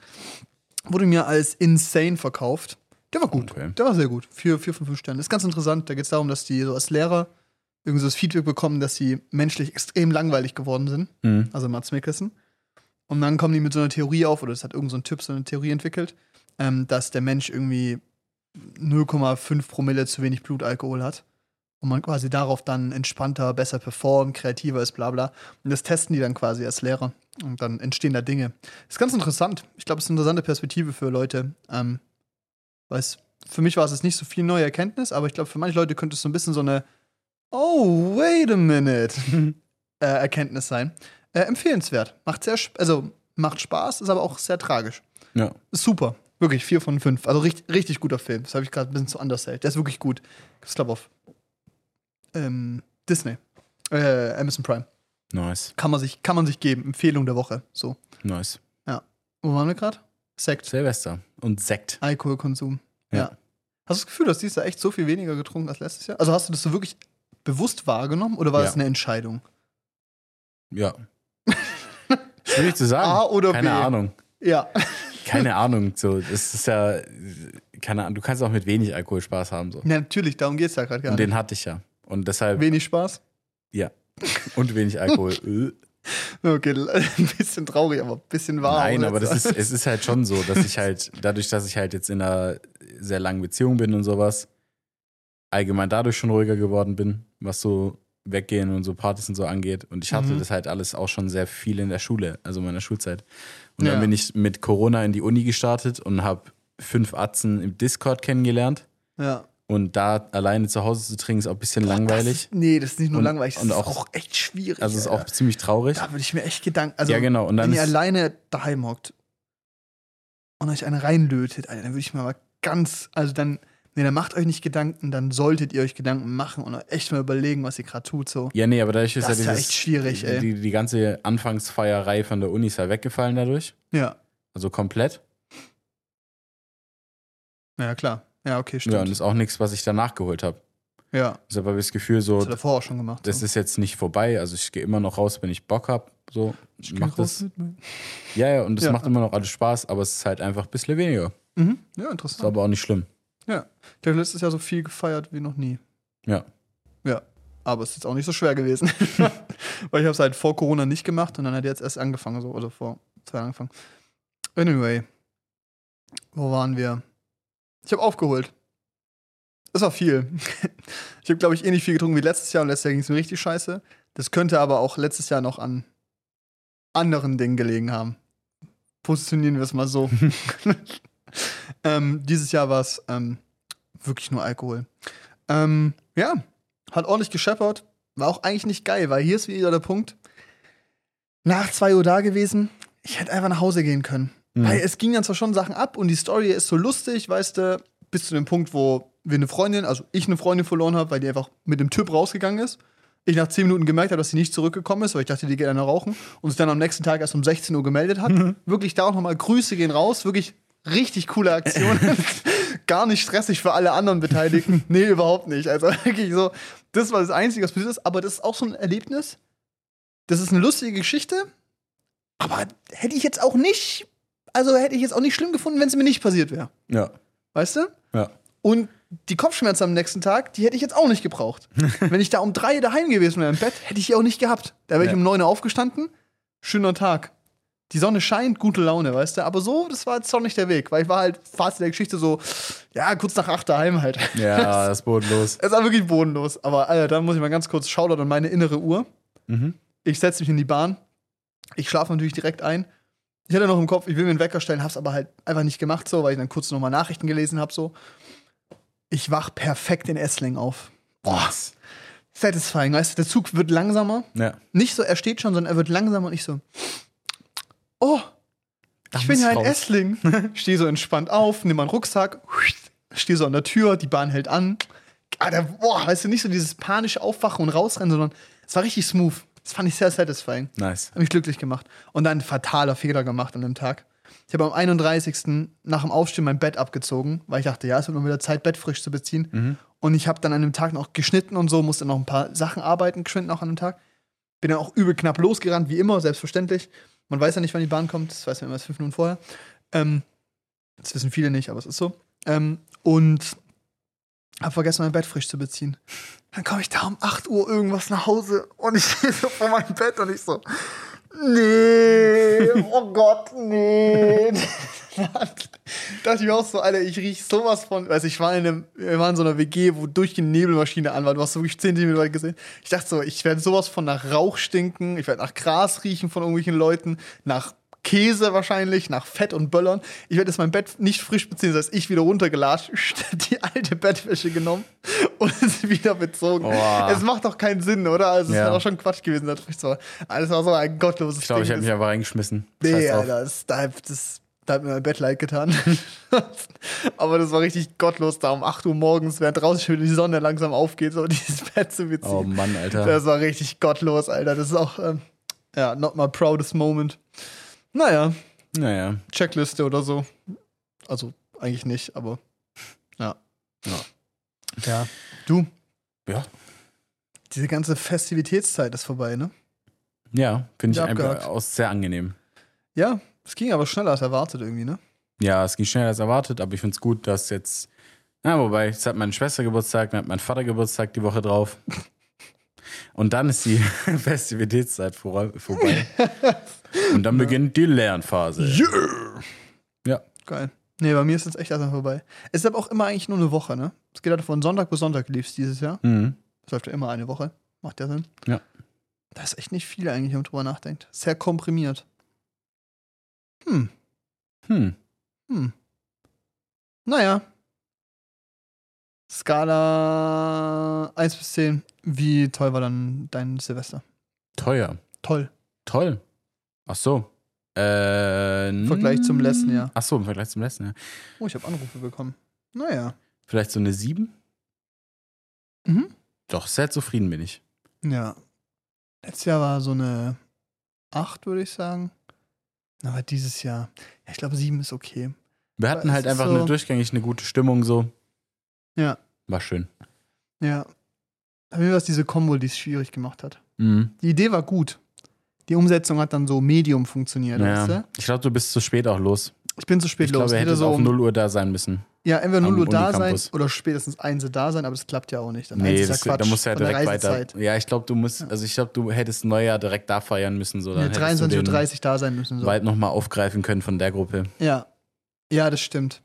Wurde mir als insane verkauft. Der war gut. Okay. Der war sehr gut. Vier, vier von fünf Sternen. Das ist ganz interessant. Da geht es darum, dass die so als Lehrer irgendwie so das Feedback bekommen, dass sie menschlich extrem langweilig geworden sind. Mhm. Also Mats Mikkelsen. Und dann kommen die mit so einer Theorie auf, oder das hat irgend so ein Typ so eine Theorie entwickelt, ähm, dass der Mensch irgendwie 0,5 Promille zu wenig Blutalkohol hat. Und man quasi darauf dann entspannter, besser performt, kreativer ist, bla bla. Und das testen die dann quasi als Lehrer. Und dann entstehen da Dinge. Ist ganz interessant. Ich glaube, es ist eine interessante Perspektive für Leute. Ähm, weil es, für mich war es jetzt nicht so viel neue Erkenntnis, aber ich glaube, für manche Leute könnte es so ein bisschen so eine Oh, wait a minute äh, Erkenntnis sein. Äh, empfehlenswert. Macht sehr, sp- also macht Spaß, ist aber auch sehr tragisch. Ja. Ist super. Wirklich, vier von fünf. Also richtig, richtig guter Film. Das habe ich gerade ein bisschen zu undersellt. Der ist wirklich gut. Ich glaube auf ähm, Disney. Äh, Amazon Prime. Nice, Kann man, sich, kann man sich geben. Empfehlung der Woche. So. nice. Wo waren wir gerade? Sekt. Silvester und Sekt. Alkoholkonsum. Ja. Ja. Hast du das Gefühl, dass dieses Jahr echt so viel weniger getrunken als letztes Jahr? Also hast du das so wirklich bewusst wahrgenommen oder war Ja. das eine Entscheidung? Ja. Schwierig zu sagen. A oder Keine B? Ahnung. Ja. Keine Ahnung. So, es ist ja, keine Ahnung. Du kannst auch mit wenig Alkohol Spaß haben. So. Na, natürlich, darum geht es ja gerade gar Und nicht. den hatte ich ja. Und deshalb, Wenig Spaß? ja. Und wenig Alkohol. Äh. Okay, ein bisschen traurig, aber ein bisschen wahr. Nein, oder? aber das ist, es ist halt schon so, dass ich halt, dadurch, dass ich halt jetzt in einer sehr langen Beziehung bin und sowas, allgemein dadurch schon ruhiger geworden bin, was so Weggehen und so Partys und so angeht. Und ich hatte Mhm. das halt alles auch schon sehr viel in der Schule, also in meiner Schulzeit. Und dann Ja. bin ich mit Corona in die Uni gestartet und habe fünf Atzen im Discord kennengelernt. Ja. Und da alleine zu Hause zu trinken, ist auch ein bisschen Das langweilig. ist, nee, das ist nicht nur Und- langweilig, das und ist auch, auch- echt schwierig. also ist auch Alter. ziemlich traurig. Da würde ich mir echt Gedanken. Also, ja, genau. Und dann wenn ihr ist, alleine daheim hockt und euch eine reinlötet, Alter, dann würde ich mir mal ganz. Also dann. Nee, dann macht euch nicht Gedanken, dann solltet ihr euch Gedanken machen und euch echt mal überlegen, was ihr gerade tut. So. Ja, nee, aber dadurch ist Das ja ist ja dieses, echt schwierig, ey. Die, die ganze Anfangsfeierei von der Uni ist ja weggefallen dadurch. Ja. Also komplett. Ja, klar. Ja, okay, Ja, und stimmt. ist auch nichts, was ich danach geholt habe. Ja. Deshalb habe ich das Gefühl, Das so, hat er vorher auch schon gemacht. das so. ist jetzt nicht vorbei. Also ich gehe immer noch raus, wenn ich Bock habe. So, Ich geh mach raus das. mit mir. Ja, ja, und es Ja. macht immer noch alles Spaß, aber es ist halt einfach ein bisschen weniger. Mhm. Ja, Ist interessant. aber auch nicht schlimm. Ja. Ich habe letztes Jahr so viel gefeiert wie noch nie. Ja. Ja, aber es ist jetzt auch nicht so schwer gewesen. Weil ich habe es halt vor Corona nicht gemacht und dann hat jetzt erst angefangen, so, also vor zwei Jahren angefangen. Anyway, wo waren wir? Ich habe aufgeholt. Das war viel. Ich habe, glaube ich, ähnlich viel getrunken wie letztes Jahr und letztes Jahr ging es mir richtig scheiße. Das könnte aber auch letztes Jahr noch an anderen Dingen gelegen haben. Positionieren wir es mal so. ähm, dieses Jahr war es ähm, wirklich nur Alkohol. Ähm, ja, hat ordentlich gescheppert. War auch eigentlich nicht geil, weil hier ist wieder der Punkt. Nach 2 Uhr da gewesen, ich hätte einfach nach Hause gehen können. Mhm. Weil es ging dann zwar schon Sachen ab und die Story ist so lustig, weißt du, bis zu dem Punkt, wo wir eine Freundin, also ich eine Freundin verloren habe, weil die einfach mit dem Typ rausgegangen ist. Ich nach 10 Minuten gemerkt habe, dass sie nicht zurückgekommen ist, weil ich dachte, die geht einer rauchen und sich dann am nächsten Tag erst um 16 Uhr gemeldet hat. Wirklich da auch nochmal Grüße gehen raus. Wirklich richtig coole Aktion. Gar nicht stressig für alle anderen Beteiligten. Nee, überhaupt nicht. Also wirklich so, das war das Einzige, was passiert ist. Aber das ist auch so ein Erlebnis. Das ist eine lustige Geschichte. Aber hätte ich jetzt auch nicht, also hätte ich jetzt auch nicht schlimm gefunden, wenn es mir nicht passiert wäre. Ja. Weißt du? Ja. Und die Kopfschmerzen am nächsten Tag, die hätte ich jetzt auch nicht gebraucht. Wenn ich da um drei daheim gewesen wäre im Bett, hätte ich die auch nicht gehabt. Da wäre ich Ja. um neun Uhr aufgestanden, schöner Tag. Die Sonne scheint, gute Laune, weißt du? Aber so, das war jetzt auch nicht der Weg, weil ich war halt fast in der Geschichte so, ja, kurz nach acht daheim halt. Ja, das Boot los. Es war wirklich bodenlos. Aber Alter, dann muss ich mal ganz kurz Shoutout an meine innere Uhr. Mhm. Ich setze mich in die Bahn. Ich schlafe natürlich direkt ein. Ich hatte noch im Kopf, ich will mir einen Wecker stellen, hab's aber halt einfach nicht gemacht, so, weil ich dann kurz nochmal Nachrichten gelesen habe, so. Ich wach perfekt in Essling auf. Boah. Das satisfying, weißt du, der Zug wird langsamer. Ja. Nicht so, er steht schon, sondern er wird langsamer und ich so, oh, ich bin muss ja ein raus. Essling. Steh so entspannt auf, nimm meinen Rucksack, steh so an der Tür, die Bahn hält an. Alter, boah, weißt du, nicht so dieses panische Aufwachen und rausrennen, sondern es war richtig smooth. Das fand ich sehr satisfying. Nice. Hat mich glücklich gemacht. Und dann ein fataler Fehler gemacht an dem Tag. Ich habe am 31. nach dem Aufstehen mein Bett abgezogen, weil ich dachte, ja, es wird mal wieder Zeit, Bett frisch zu beziehen. Und ich habe dann an dem Tag noch geschnitten und so, musste noch ein paar Sachen arbeiten, geschwind noch an dem Tag. Bin dann auch übel knapp losgerannt, wie immer, selbstverständlich. Man weiß ja nicht, wann die Bahn kommt, das weiß man immer erst fünf Minuten vorher. Ähm, das wissen viele nicht, aber es ist so. Ähm, und habe vergessen, mein Bett frisch zu beziehen. Dann komme ich da um 8 Uhr irgendwas nach Hause und ich stehe so vor meinem Bett und ich so, nee, oh Gott, nee. dachte ich mir auch so, Alter, ich riech sowas von. Also ich war in, einem, wir waren in so einer WG, wo durch die Nebelmaschine an war. Du hast so wirklich 10 Zentimeter weit gesehen. Ich dachte so, ich werde sowas von nach Rauch stinken, ich werde nach Gras riechen von irgendwelchen Leuten, nach Käse wahrscheinlich, nach Fett und Böllern. Ich werde jetzt mein Bett nicht frisch beziehen, das heißt, ich wieder runtergelatscht, die alte Bettwäsche genommen und es wieder bezogen. Boah. Es macht doch keinen Sinn, oder? Also es Ja. war doch schon Quatsch gewesen, das frisch zu machen. Alles war so ein gottloses Ich glaube, ich Ding. habe mich einfach reingeschmissen. das, nee, Scheiß drauf. Alter, das, da, das, da hat mir mein Bett leid getan. Aber das war richtig gottlos, da um 8 Uhr morgens, während draußen schon die Sonne langsam aufgeht, so dieses Bett zu beziehen. Oh Mann, Alter. Das war richtig gottlos, Alter. Das ist auch, ähm, ja, not my proudest moment. Naja, naja. Checkliste oder so. Also eigentlich nicht, aber ja. Ja. Ja. Du, Ja. diese ganze Festivitätszeit ist vorbei, ne? Ja, finde ich Ja, einfach abgehakt. aus sehr angenehm. Ja, es ging aber schneller als erwartet irgendwie, ne? Ja, es ging schneller als erwartet, aber ich finde es gut, dass jetzt. Na, wobei, jetzt hat meine Schwester Geburtstag, dann hat mein Vater Geburtstag die Woche drauf. Und dann ist die Festivitätszeit vor- vorbei. Und dann beginnt die Lernphase. Ja. Geil. Nee, bei mir ist jetzt echt erstmal vorbei. Es ist aber auch immer eigentlich nur eine Woche, ne? Es geht halt von Sonntag bis Sonntag lief's dieses Jahr. Mhm. Es läuft ja immer eine Woche. Macht ja Sinn. Ja. Da ist echt nicht viel eigentlich, wenn man drüber nachdenkt. Sehr komprimiert. Hm, Hm. hm. Naja. Skala 1 bis 10. Wie toll war dann dein Silvester? Teuer. Toll. Toll. Ach so. Äh, Im Vergleich zum letzten Jahr. Ach so, im Vergleich zum letzten Jahr. Oh, ich habe Anrufe bekommen. Naja. Vielleicht so eine 7? Mhm. Doch, sehr zufrieden bin ich. Ja. Letztes Jahr war so eine 8, würde ich sagen. Aber dieses Jahr, ja, ich glaube, 7 ist okay. Wir hatten es halt ist einfach so- eine durchgängig eine gute Stimmung so. Ja. War schön. Ja. Aber mir war es diese Kombo, die es schwierig gemacht hat. Mhm. Die Idee war gut. Die Umsetzung hat dann so medium funktioniert, weißt Ja. du? Ich glaube, du bist zu spät auch los. Ich bin zu spät Ich los. glaube, er hätte Jeder so auf um- 0 Uhr da sein müssen. Ja, entweder am 0 Uhr da sein Unicampus. oder spätestens 1 Uhr da sein, aber das klappt ja auch nicht. Dann eins Nee, ist das, ja Quatsch da musst du ja von der direkt weiter. Reisezeit. Ja, ich glaube, du musst, also ich glaube, du hättest Neujahr direkt da feiern müssen. So, Ja, dann hättest du halt den 23.30 Uhr da sein müssen. So. Vibe nochmal aufgreifen können von der Gruppe. Ja. ja, das stimmt.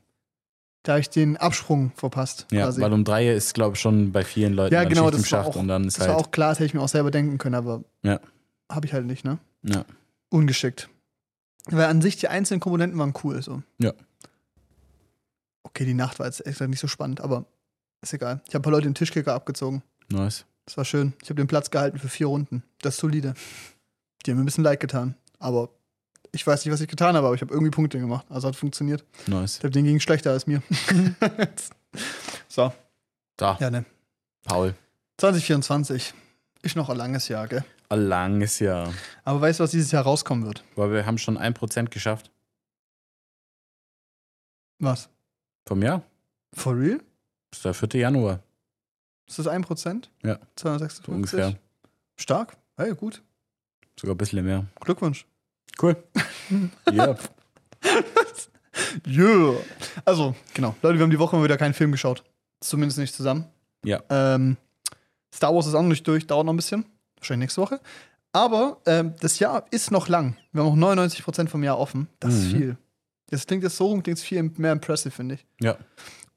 Da habe ich den Absprung verpasst. Ja, quasi. weil um 3 ist, glaube ich, schon bei vielen Leuten Ja, dann genau, Schicht im das war Schacht auch- und dann ist Das halt. war auch klar, das hätte ich mir auch selber denken können, aber Ja. habe ich halt nicht, ne? Ja. Ungeschickt. Weil an sich die einzelnen Komponenten waren cool, so. Ja. Okay, die Nacht war jetzt extra nicht so spannend, aber ist egal. Ich habe ein paar Leute den Tischkicker abgezogen. nice. Das war schön. Ich habe den Platz gehalten für vier Runden. Das ist solide. Die haben mir ein bisschen leid getan, aber ich weiß nicht, was ich getan habe, aber ich habe irgendwie Punkte gemacht. Also hat funktioniert. Nice. Ich habe den gegen schlechter als mir. so, Da, ja, ne. Paul. 2024 ist noch ein langes Jahr, gell? Ein langes Jahr. Aber weißt du, was dieses Jahr rauskommen wird? Weil wir haben schon 1% geschafft. Was? Vom Jahr? For real? Bis der 4. Januar. Ist das 1%? Ja. 256? So ungefähr. Stark. Hey, gut. Sogar ein bisschen mehr. Glückwunsch. Cool. ja. Yeah. Also, genau. Leute, wir haben die Woche mal wieder keinen Film geschaut. Zumindest nicht zusammen. Ja. Ähm, Star Wars ist auch noch nicht durch, dauert noch ein bisschen. Wahrscheinlich nächste Woche. Aber ähm, das Jahr ist noch lang. Wir haben noch 99% vom Jahr offen. Das ist Mhm. viel. Das klingt jetzt so rum, klingt es viel mehr impressive, finde ich. Ja.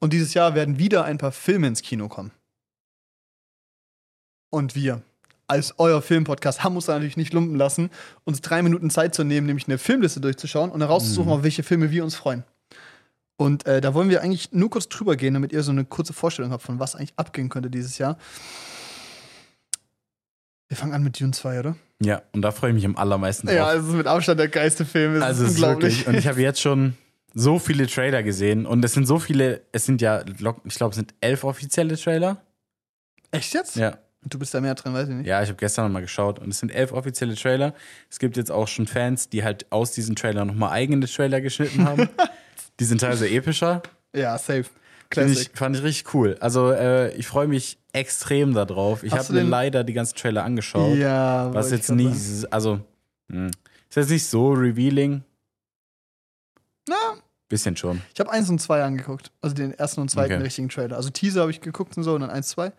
Und dieses Jahr werden wieder ein paar Filme ins Kino kommen. Und wir, als euer Filmpodcast, haben uns da natürlich nicht lumpen lassen, uns drei Minuten Zeit zu nehmen, nämlich eine Filmliste durchzuschauen und Mhm. herauszusuchen, auf welche Filme wir uns freuen. Und äh, da wollen wir eigentlich nur kurz drüber gehen, damit ihr so eine kurze Vorstellung habt, von was eigentlich abgehen könnte dieses Jahr. Wir fangen an mit Dune 2, oder? Ja, und da freue ich mich am allermeisten drauf. Ja, also mit Abstand der geilste Film. Es Also es ist ist unglaublich. wirklich. Und ich habe jetzt schon so viele Trailer gesehen und es sind so viele, es sind ja, lock- ich glaube, es sind elf offizielle Trailer. Echt jetzt? Ja. Du bist da mehr drin, weiß ich nicht. Ja, ich habe gestern noch mal geschaut und es sind elf offizielle Trailer. Es gibt jetzt auch schon Fans, die halt aus diesen Trailern nochmal eigene Trailer geschnitten haben. die sind teilweise epischer. Ja, safe. Finde Classic. ich, fand ich richtig cool. Also äh, ich freue mich extrem darauf. Ich Hast habe du mir den- leider die ganzen Trailer angeschaut. ja, was wollte ich jetzt grad nicht, sagen. also hm, ist jetzt nicht so revealing. Na. Bisschen schon. Ich habe eins und zwei angeguckt. Also den ersten und zweiten Okay. richtigen Trailer. Also Teaser habe ich geguckt und so und dann eins, zwei. Und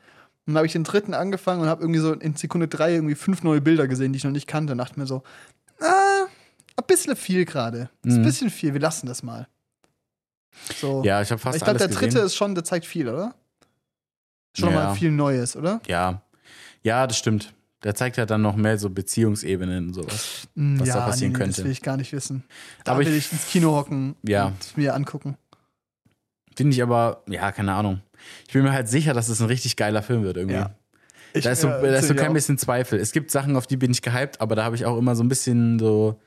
dann habe ich den dritten angefangen und habe irgendwie so in Sekunde drei irgendwie fünf neue Bilder gesehen, die ich noch nicht kannte. Und dachte mir so, ah, ein bisschen viel gerade. Ist ein Mhm. bisschen viel, wir lassen das mal. So. Ja, ich habe fast ich glaube, alles der dritte gesehen. ist schon, der zeigt viel, oder? Schon Ja. mal viel Neues, oder? Ja. ja, das stimmt. Der zeigt ja dann noch mehr so Beziehungsebenen und sowas. Mm, was da passieren könnte. Das will ich gar nicht wissen. Da Aber will ich- ich ins Kino hocken Ja. und es mir angucken. Finde ich aber, ja, keine Ahnung. Ich bin mir halt sicher, dass es ein richtig geiler Film wird irgendwie. Ja. Da ist so, ja, da ist so ziemlich kein auch. bisschen Zweifel. Es gibt Sachen, auf die bin ich gehypt, aber da habe ich auch immer so ein bisschen so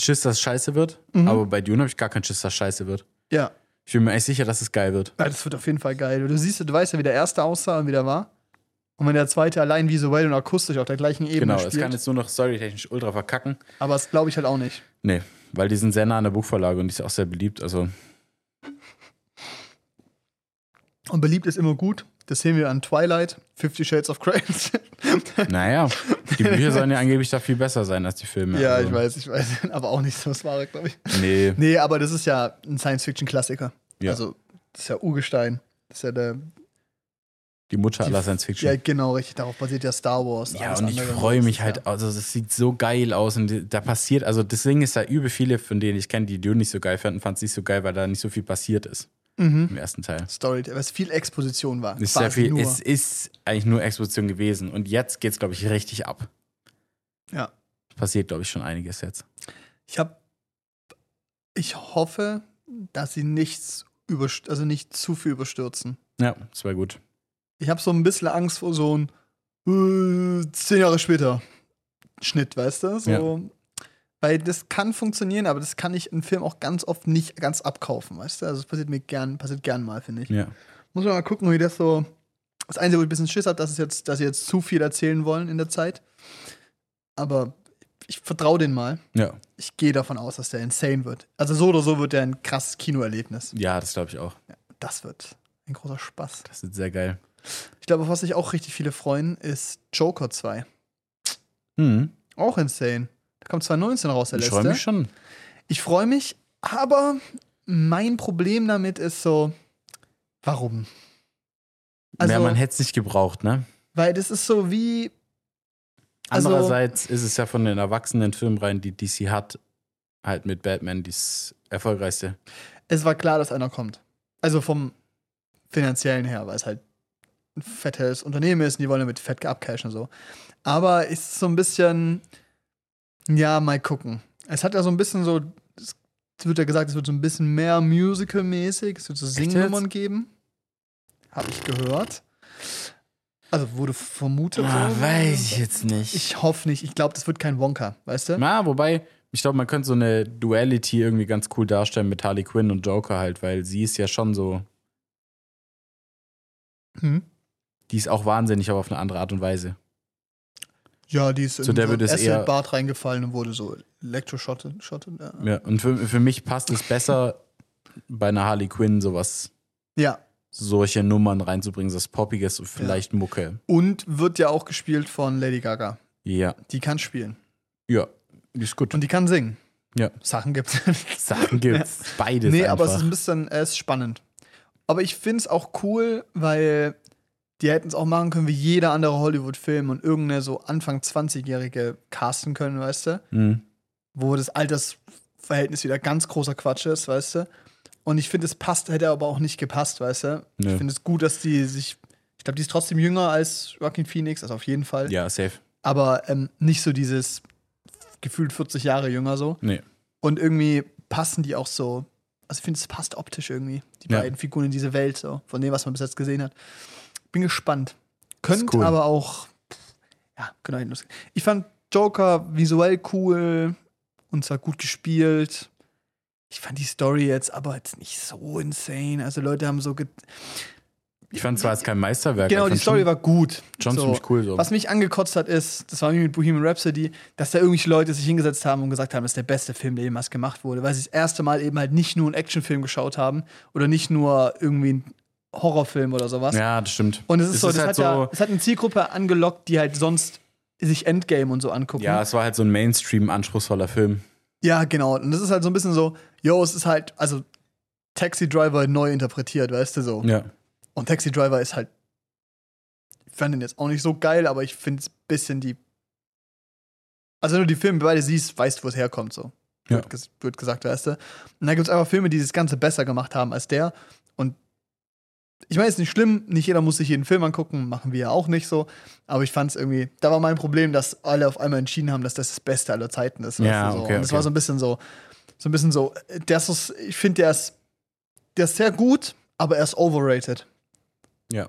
Schiss, dass es scheiße wird. Mhm. Aber bei Dune habe ich gar keinen Schiss, dass es scheiße wird. Ja. Ich bin mir echt sicher, dass es geil wird. ja, Ah, das wird auf jeden Fall geil. Du siehst, ja, du weißt ja, wie der erste aussah und wie der war. Und wenn der zweite allein visuell und akustisch auf der gleichen Ebene genau, es kann spielt. jetzt nur noch storytechnisch ultra verkacken. aber das glaube ich halt auch nicht. Nee, weil die sind sehr nah an der Buchvorlage und die ist auch sehr beliebt. Also, Und beliebt ist immer gut. Das sehen wir an Twilight, Fifty Shades of Grey. naja, die Bücher sollen ja angeblich da viel besser sein als die Filme. ja, also, ich weiß, ich weiß. Aber auch nicht so das Wahre, glaube ich. Nee, Nee, aber das ist ja ein Science-Fiction-Klassiker. Ja. Also, das ist ja Urgestein. Das ist ja der. die Mutter Die- aller Science Fiction. Ja, genau, richtig. Darauf basiert ja Star Wars. Ja, alles und ich andere. freue mich Ja. halt, also das sieht so geil aus und die- da passiert, also deswegen ist da übel viele von denen ich kenne, die Dune nicht so geil fanden, fand es nicht so geil, weil da nicht so viel passiert ist Mhm. im ersten Teil. Story, weil es viel Exposition war. Ist Quasi sehr viel, nur. es ist eigentlich nur Explosion gewesen und jetzt geht's glaube ich richtig ab. Ja. Passiert glaube ich schon einiges jetzt. ich habe, ich hoffe, dass sie nichts über, also nicht zu viel überstürzen. Ja, das war gut. Ich habe so ein bisschen Angst vor so ein äh, zehn Jahre später Schnitt, weißt du? So, Weil das kann funktionieren, aber das kann ich im Film auch ganz oft nicht ganz abkaufen, weißt du? Also es passiert mir gern, passiert gern mal, finde ich. Ja. Muss man mal gucken, wie das so. Das Einzige, wo ich ein bisschen Schiss habe, dass, es jetzt, dass sie jetzt zu viel erzählen wollen in der Zeit. Aber ich vertraue denen mal. Ja, Ich gehe davon aus, dass der insane wird. Also so oder so wird der ein krasses Kinoerlebnis. ja das glaube ich auch. Das wird ein großer Spaß. Das ist sehr geil. Ich glaube, auf was sich auch richtig viele freuen, ist Joker 2. Hm. Auch insane. Da kommt 2019 raus, der Ich letzte. freue mich schon. Ich freue mich, aber mein Problem damit ist so, warum? Also, ja, man hätte es nicht gebraucht, ne? weil das ist so wie, Also- Andererseits ist es ja von den erwachsenen Filmreihen, die DC hat, halt mit Batman das erfolgreichste. es war klar, dass einer kommt. Also vom finanziellen her, weil es halt ein fettes Unternehmen ist und die wollen damit fett abcashen und so. Aber es ist so ein bisschen, ja, mal gucken. Es hat ja so ein bisschen so, es wird ja gesagt, es wird so ein bisschen mehr Musical-mäßig, es wird so jetzt? Singnummern geben. Habe ich gehört. Also wurde vermutet. so. Ah, jetzt nicht. Ich hoffe nicht. Ich glaube, das wird kein Wonka, weißt du? Na, wobei, ich glaube, man könnte so eine Duality irgendwie ganz cool darstellen mit Harley Quinn und Joker halt, weil sie ist ja schon so, Hm? die ist auch wahnsinnig, aber auf eine andere Art und Weise. Ja, die ist in der so würde es eher- Acid-Bad reingefallen und wurde so Elektroschotte. Schotte, ja. Ja, und für, für mich passt es besser, bei einer Harley Quinn sowas, ja, solche Nummern reinzubringen, so was Poppiges und vielleicht Mucke. und wird ja auch gespielt von Lady Gaga. Ja, Die kann spielen ja, ist gut. und die kann singen. Ja. Sachen gibt's. Sachen gibt's. Beides nee, einfach. aber es ist ein bisschen äh, es ist spannend. Aber ich finde es auch cool, weil die hätten es auch machen können wie jeder andere Hollywood-Film und irgendeine so Anfang 20-Jährige casten können, weißt du? Mhm. wo das Altersverhältnis wieder ganz großer Quatsch ist, weißt du? Und ich finde, es passt, hätte aber auch nicht gepasst, weißt du? Nö. Ich finde es gut, dass die sich. Ich glaube, die ist trotzdem jünger als Joaquin Phoenix, also auf jeden Fall. Ja, safe. Aber ähm, nicht so dieses gefühlt 40 Jahre jünger so. Nee. Und irgendwie passen die auch so. Also ich finde, es passt optisch irgendwie, die Ja. beiden Figuren in diese Welt, so, von dem, was man bis jetzt gesehen hat. Bin gespannt. Könnte cool. aber auch. ja, genau hinten losgehen. Ich fand Joker visuell cool und zwar gut gespielt. Ich fand die Story jetzt aber jetzt nicht so insane. Also Leute haben so ge Ich fand zwar jetzt kein Meisterwerk. Genau, aber die ich fand Story war gut. schon, schon so. ziemlich cool so. Was mich angekotzt hat, ist, das war nämlich mit Bohemian Rhapsody, dass da irgendwelche Leute sich hingesetzt haben und gesagt haben, das ist der beste Film, der jemals gemacht wurde, weil sie das erste Mal eben halt nicht nur einen Actionfilm geschaut haben oder nicht nur irgendwie einen Horrorfilm oder sowas. ja, das stimmt. Und es ist so, das, hat halt ja, so, es hat eine Zielgruppe angelockt, die halt sonst sich Endgame und so angucken. ja, es war halt so ein Mainstream anspruchsvoller Film. Ja, genau. Und das ist halt so ein bisschen so, yo, es ist halt, also Taxi Driver neu interpretiert, weißt du so. Ja. Und Taxi Driver ist halt, ich fand ihn jetzt auch nicht so geil, aber ich finde es ein bisschen die. Also, wenn du die Filme beide siehst, weißt du, wo es herkommt, so. Ja. Wird, ges wird gesagt, weißt du. Und da gibt es einfach Filme, die das Ganze besser gemacht haben als der. Und ich meine, es ist nicht schlimm, nicht jeder muss sich jeden Film angucken, machen wir ja auch nicht so. Aber ich fand es irgendwie, da war mein Problem, dass alle auf einmal entschieden haben, dass das das Beste aller Zeiten ist. weißt Ja, du, so. okay, Und es okay. war so ein bisschen so, so ein bisschen so, äh, das ist, ich finde, der ist, der ist sehr gut, aber er ist overrated. Ja.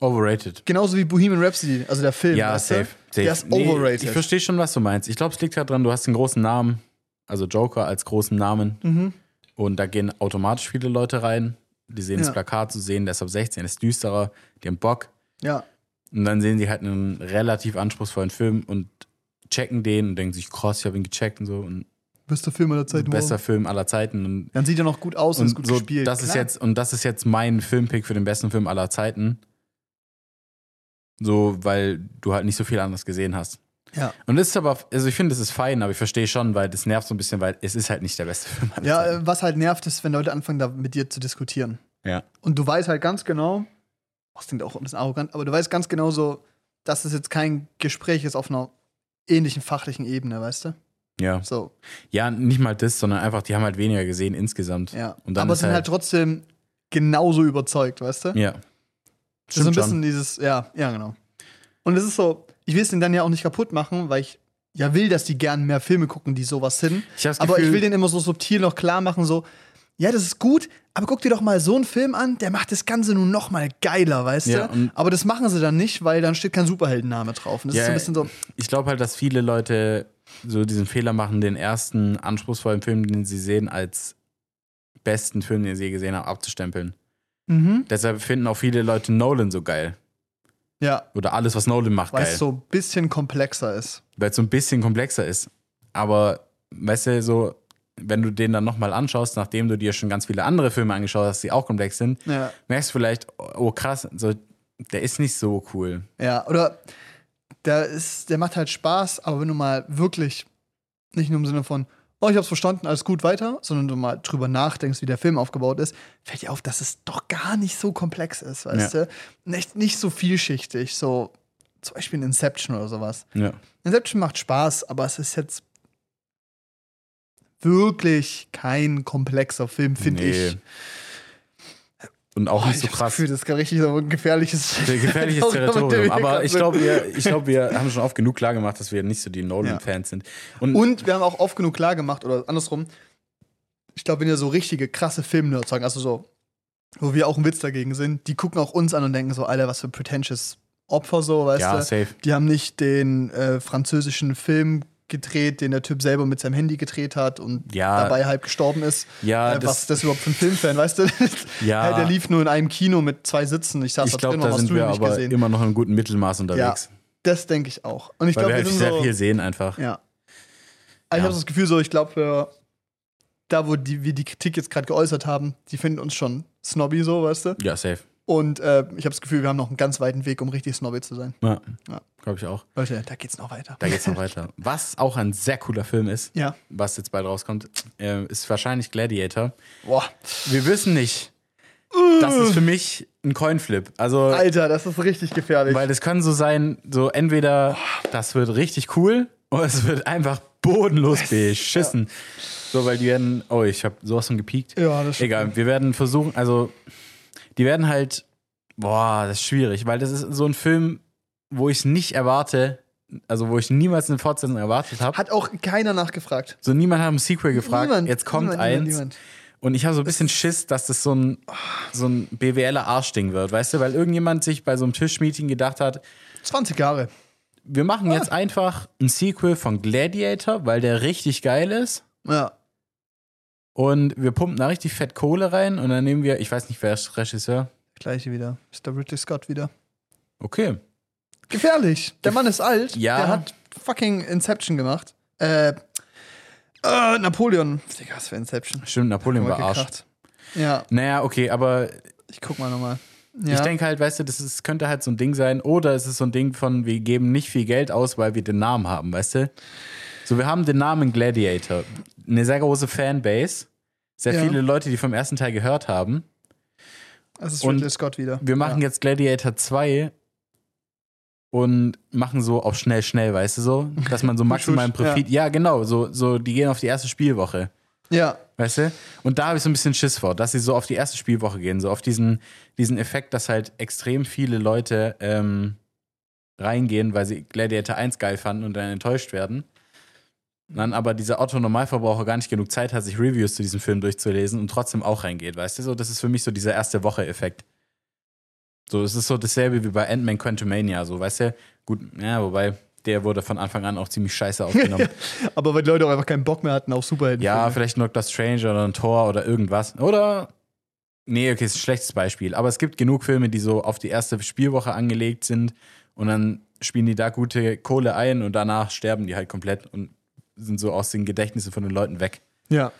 Overrated. Genauso wie Bohemian Rhapsody, also der Film. Ja, weißt du? safe. safe. Der ist overrated. ich verstehe schon, was du meinst. Ich glaube, es liegt halt dran, du hast einen großen Namen, also Joker als großen Namen. Mhm. Und da gehen automatisch viele Leute rein. Die sehen das Ja. Plakat zu sehen, der ist ab 16, ist düsterer, die haben Bock. Ja, Und dann sehen sie halt einen relativ anspruchsvollen Film und checken den und denken sich, krass, ich habe ihn gecheckt und so. Und bester Film aller Zeiten. bester Film aller Zeiten. Und, Dann sieht er noch gut aus und, ist und gut so, gespielt. das ist Klar. jetzt, und das ist jetzt mein Filmpick für den besten Film aller Zeiten. So, weil du halt nicht so viel anderes gesehen hast. Ja, Und das ist aber, also ich finde, das ist fein, aber ich verstehe schon, weil das nervt so ein bisschen, weil es ist halt nicht der beste Film aller ja Zeiten. äh, was halt nervt, ist, wenn Leute anfangen, da mit dir zu diskutieren. Ja. Und du weißt halt ganz genau, oh, das klingt auch ein bisschen arrogant, aber du weißt ganz genau so, dass es jetzt kein Gespräch ist auf einer ähnlichen fachlichen Ebene, weißt du? Ja. So, ja, nicht mal das, sondern einfach, die haben halt weniger gesehen insgesamt. ja. Und dann aber ist sind halt halt- trotzdem genauso überzeugt, weißt du? Ja. Das ist so ein Stimmt bisschen schon. dieses, ja, ja, genau. Und es ist so, ich will es den dann ja auch nicht kaputt machen, weil ich ja will, dass die gern mehr Filme gucken, die sowas sind. Ich hab's aber Gefühl- ich will den immer so subtil noch klar machen, so, ja, das ist gut, aber guck dir doch mal so einen Film an, der macht das Ganze nun noch mal geiler, weißt Ja, du? und- Aber das machen sie dann nicht, weil dann steht kein Superheldenname drauf. Und das Ja, ist so ein bisschen so, Ich glaube halt, dass viele Leute so diesen Fehler machen, den ersten anspruchsvollen Film, den sie sehen, als besten Film, den sie je gesehen haben, abzustempeln. mhm, Deshalb finden auch viele Leute Nolan so geil. ja, Oder alles, was Nolan macht, weil geil. es so ein bisschen komplexer ist. weil es so ein bisschen komplexer ist. Aber weißt du, so, wenn du den dann nochmal anschaust, nachdem du dir schon ganz viele andere Filme angeschaut hast, die auch komplex sind, Ja. merkst du vielleicht, oh krass, so, der ist nicht so cool. Ja, oder der, ist, der macht halt Spaß, aber wenn du mal wirklich, nicht nur im Sinne von, oh, ich hab's verstanden, alles gut, weiter, sondern du mal drüber nachdenkst, wie der Film aufgebaut ist, fällt dir auf, dass es doch gar nicht so komplex ist, weißt du? Nicht, nicht so vielschichtig, so zum Beispiel in Inception oder sowas. Ja. Inception macht Spaß, aber es ist jetzt wirklich kein komplexer Film, finde ich. Und auch Oh, nicht ich so hab das krass. Gefühl, das ist gerade richtig so ein gefährliches, Sehr gefährliches Territorium, in dem Territorium. wir Aber gerade ich sind. glaube, wir, ich glaub, wir haben schon oft genug klar gemacht, dass wir nicht so die Nolan-Fans sind. Und, Und wir haben auch oft genug klar gemacht, oder andersrum, ich glaube, wenn ihr so richtige, krasse Filmnerds sagen, also so, wo wir auch ein Witz dagegen sind, die gucken auch uns an und denken so, Alter, was für pretentious Opfer so, weißt ja, du? safe. Die haben nicht den äh, französischen Film gedreht, den der Typ selber mit seinem Handy gedreht hat und Ja. dabei halb gestorben ist. Ja, äh, was das- ist das überhaupt für ein Filmfan, weißt du? Ja. Hey, der lief nur in einem Kino mit zwei Sitzen. Ich saß Ich da glaube, drin, da warum hast sind du ihn wir nicht aber gesehen? immer noch im guten Mittelmaß Ja, unterwegs. das denke ich auch. Und ich weil glaube, wir wir halt sind sehr so, viel sehen einfach. ja. Aber Ich Ja. habe das Gefühl so, ich glaube, da, wo die, wir die Kritik jetzt gerade geäußert haben, die finden uns schon snobby so, weißt du? Ja, safe. Und äh, ich habe das Gefühl, wir haben noch einen ganz weiten Weg, um richtig snobby zu sein. Ja. Ja. Glaube ich auch. Leute, da geht's noch weiter. Da geht's noch weiter. Was auch ein sehr cooler Film ist, Ja. was jetzt bald rauskommt, äh, ist wahrscheinlich Gladiator. Boah. Wir wissen nicht. Uh. Das ist für mich ein Coinflip. Also, Alter, das ist richtig gefährlich. weil es kann so sein, so entweder das wird richtig cool oder es wird einfach bodenlos beschissen. So, weil die werden, oh, ich habe sowas von gepiekt. ja, das stimmt. Egal, wir werden versuchen, also die werden halt, boah, das ist schwierig, weil das ist so ein Film, wo ich nicht erwarte, also wo ich niemals eine Fortsetzung erwartet habe. Hat auch keiner nachgefragt. So niemand hat im Sequel gefragt, Niemand, jetzt kommt niemand, eins. niemand, niemand. Und ich habe so ein bisschen Schiss, dass das so ein, so ein BWLer Arschding wird, weißt du, weil irgendjemand sich bei so einem Tischmeeting gedacht hat, 20 Jahre. wir machen jetzt Ah. einfach ein Sequel von Gladiator, weil der richtig geil ist. Ja. Und wir pumpen da richtig fett Kohle rein und dann nehmen wir, ich weiß nicht, wer ist Regisseur. Gleiche wieder. Ist der Ridley Scott wieder. Okay. Gefährlich. Der Mann ist alt. Ja. Der hat fucking Inception gemacht. Äh, äh Napoleon. Digga, was für Inception. Stimmt, Napoleon Mal war Arsch. gekracht. Ja, Naja, okay, aber ich guck mal nochmal. Ja. ich denke halt, weißt du, das ist, könnte halt so ein Ding sein. Oder es ist so ein Ding von, wir geben nicht viel Geld aus, weil wir den Namen haben, weißt du? So, wir haben den Namen Gladiator. Eine sehr große Fanbase. Sehr Ja. viele Leute, die vom ersten Teil gehört haben. es ist und Ridley Scott wieder. Wir machen jetzt Gladiator 2 und machen so auf schnell, schnell, weißt du so? Dass man so maximalen Husch, husch, Profit. Ja, genau, so, so, die gehen auf die erste Spielwoche. ja. Weißt du? Und da habe ich so ein bisschen Schiss vor, dass sie so auf die erste Spielwoche gehen, so auf diesen, diesen Effekt, dass halt extrem viele Leute ähm, reingehen, weil sie Gladiator 1 geil fanden und dann enttäuscht werden. Und dann aber dieser Otto-Normalverbraucher gar nicht genug Zeit hat, sich Reviews zu diesem Film durchzulesen und trotzdem auch reingeht, weißt du? So, das ist für mich so dieser erste Woche-Effekt. So, es ist so dasselbe wie bei Ant-Man Quantumania, so, weißt du? Gut, ja, wobei, der wurde von Anfang an auch ziemlich scheiße aufgenommen. ja. Aber weil die Leute auch einfach keinen Bock mehr hatten auf Superhelden. Ja, vielleicht ein Doctor Strange oder ein Tor oder irgendwas. Oder. Nee, okay, ist ein schlechtes Beispiel. Aber es gibt genug Filme, die so auf die erste Spielwoche angelegt sind und dann spielen die da gute Kohle ein und danach sterben die halt komplett und sind so aus den Gedächtnissen von den Leuten weg. ja.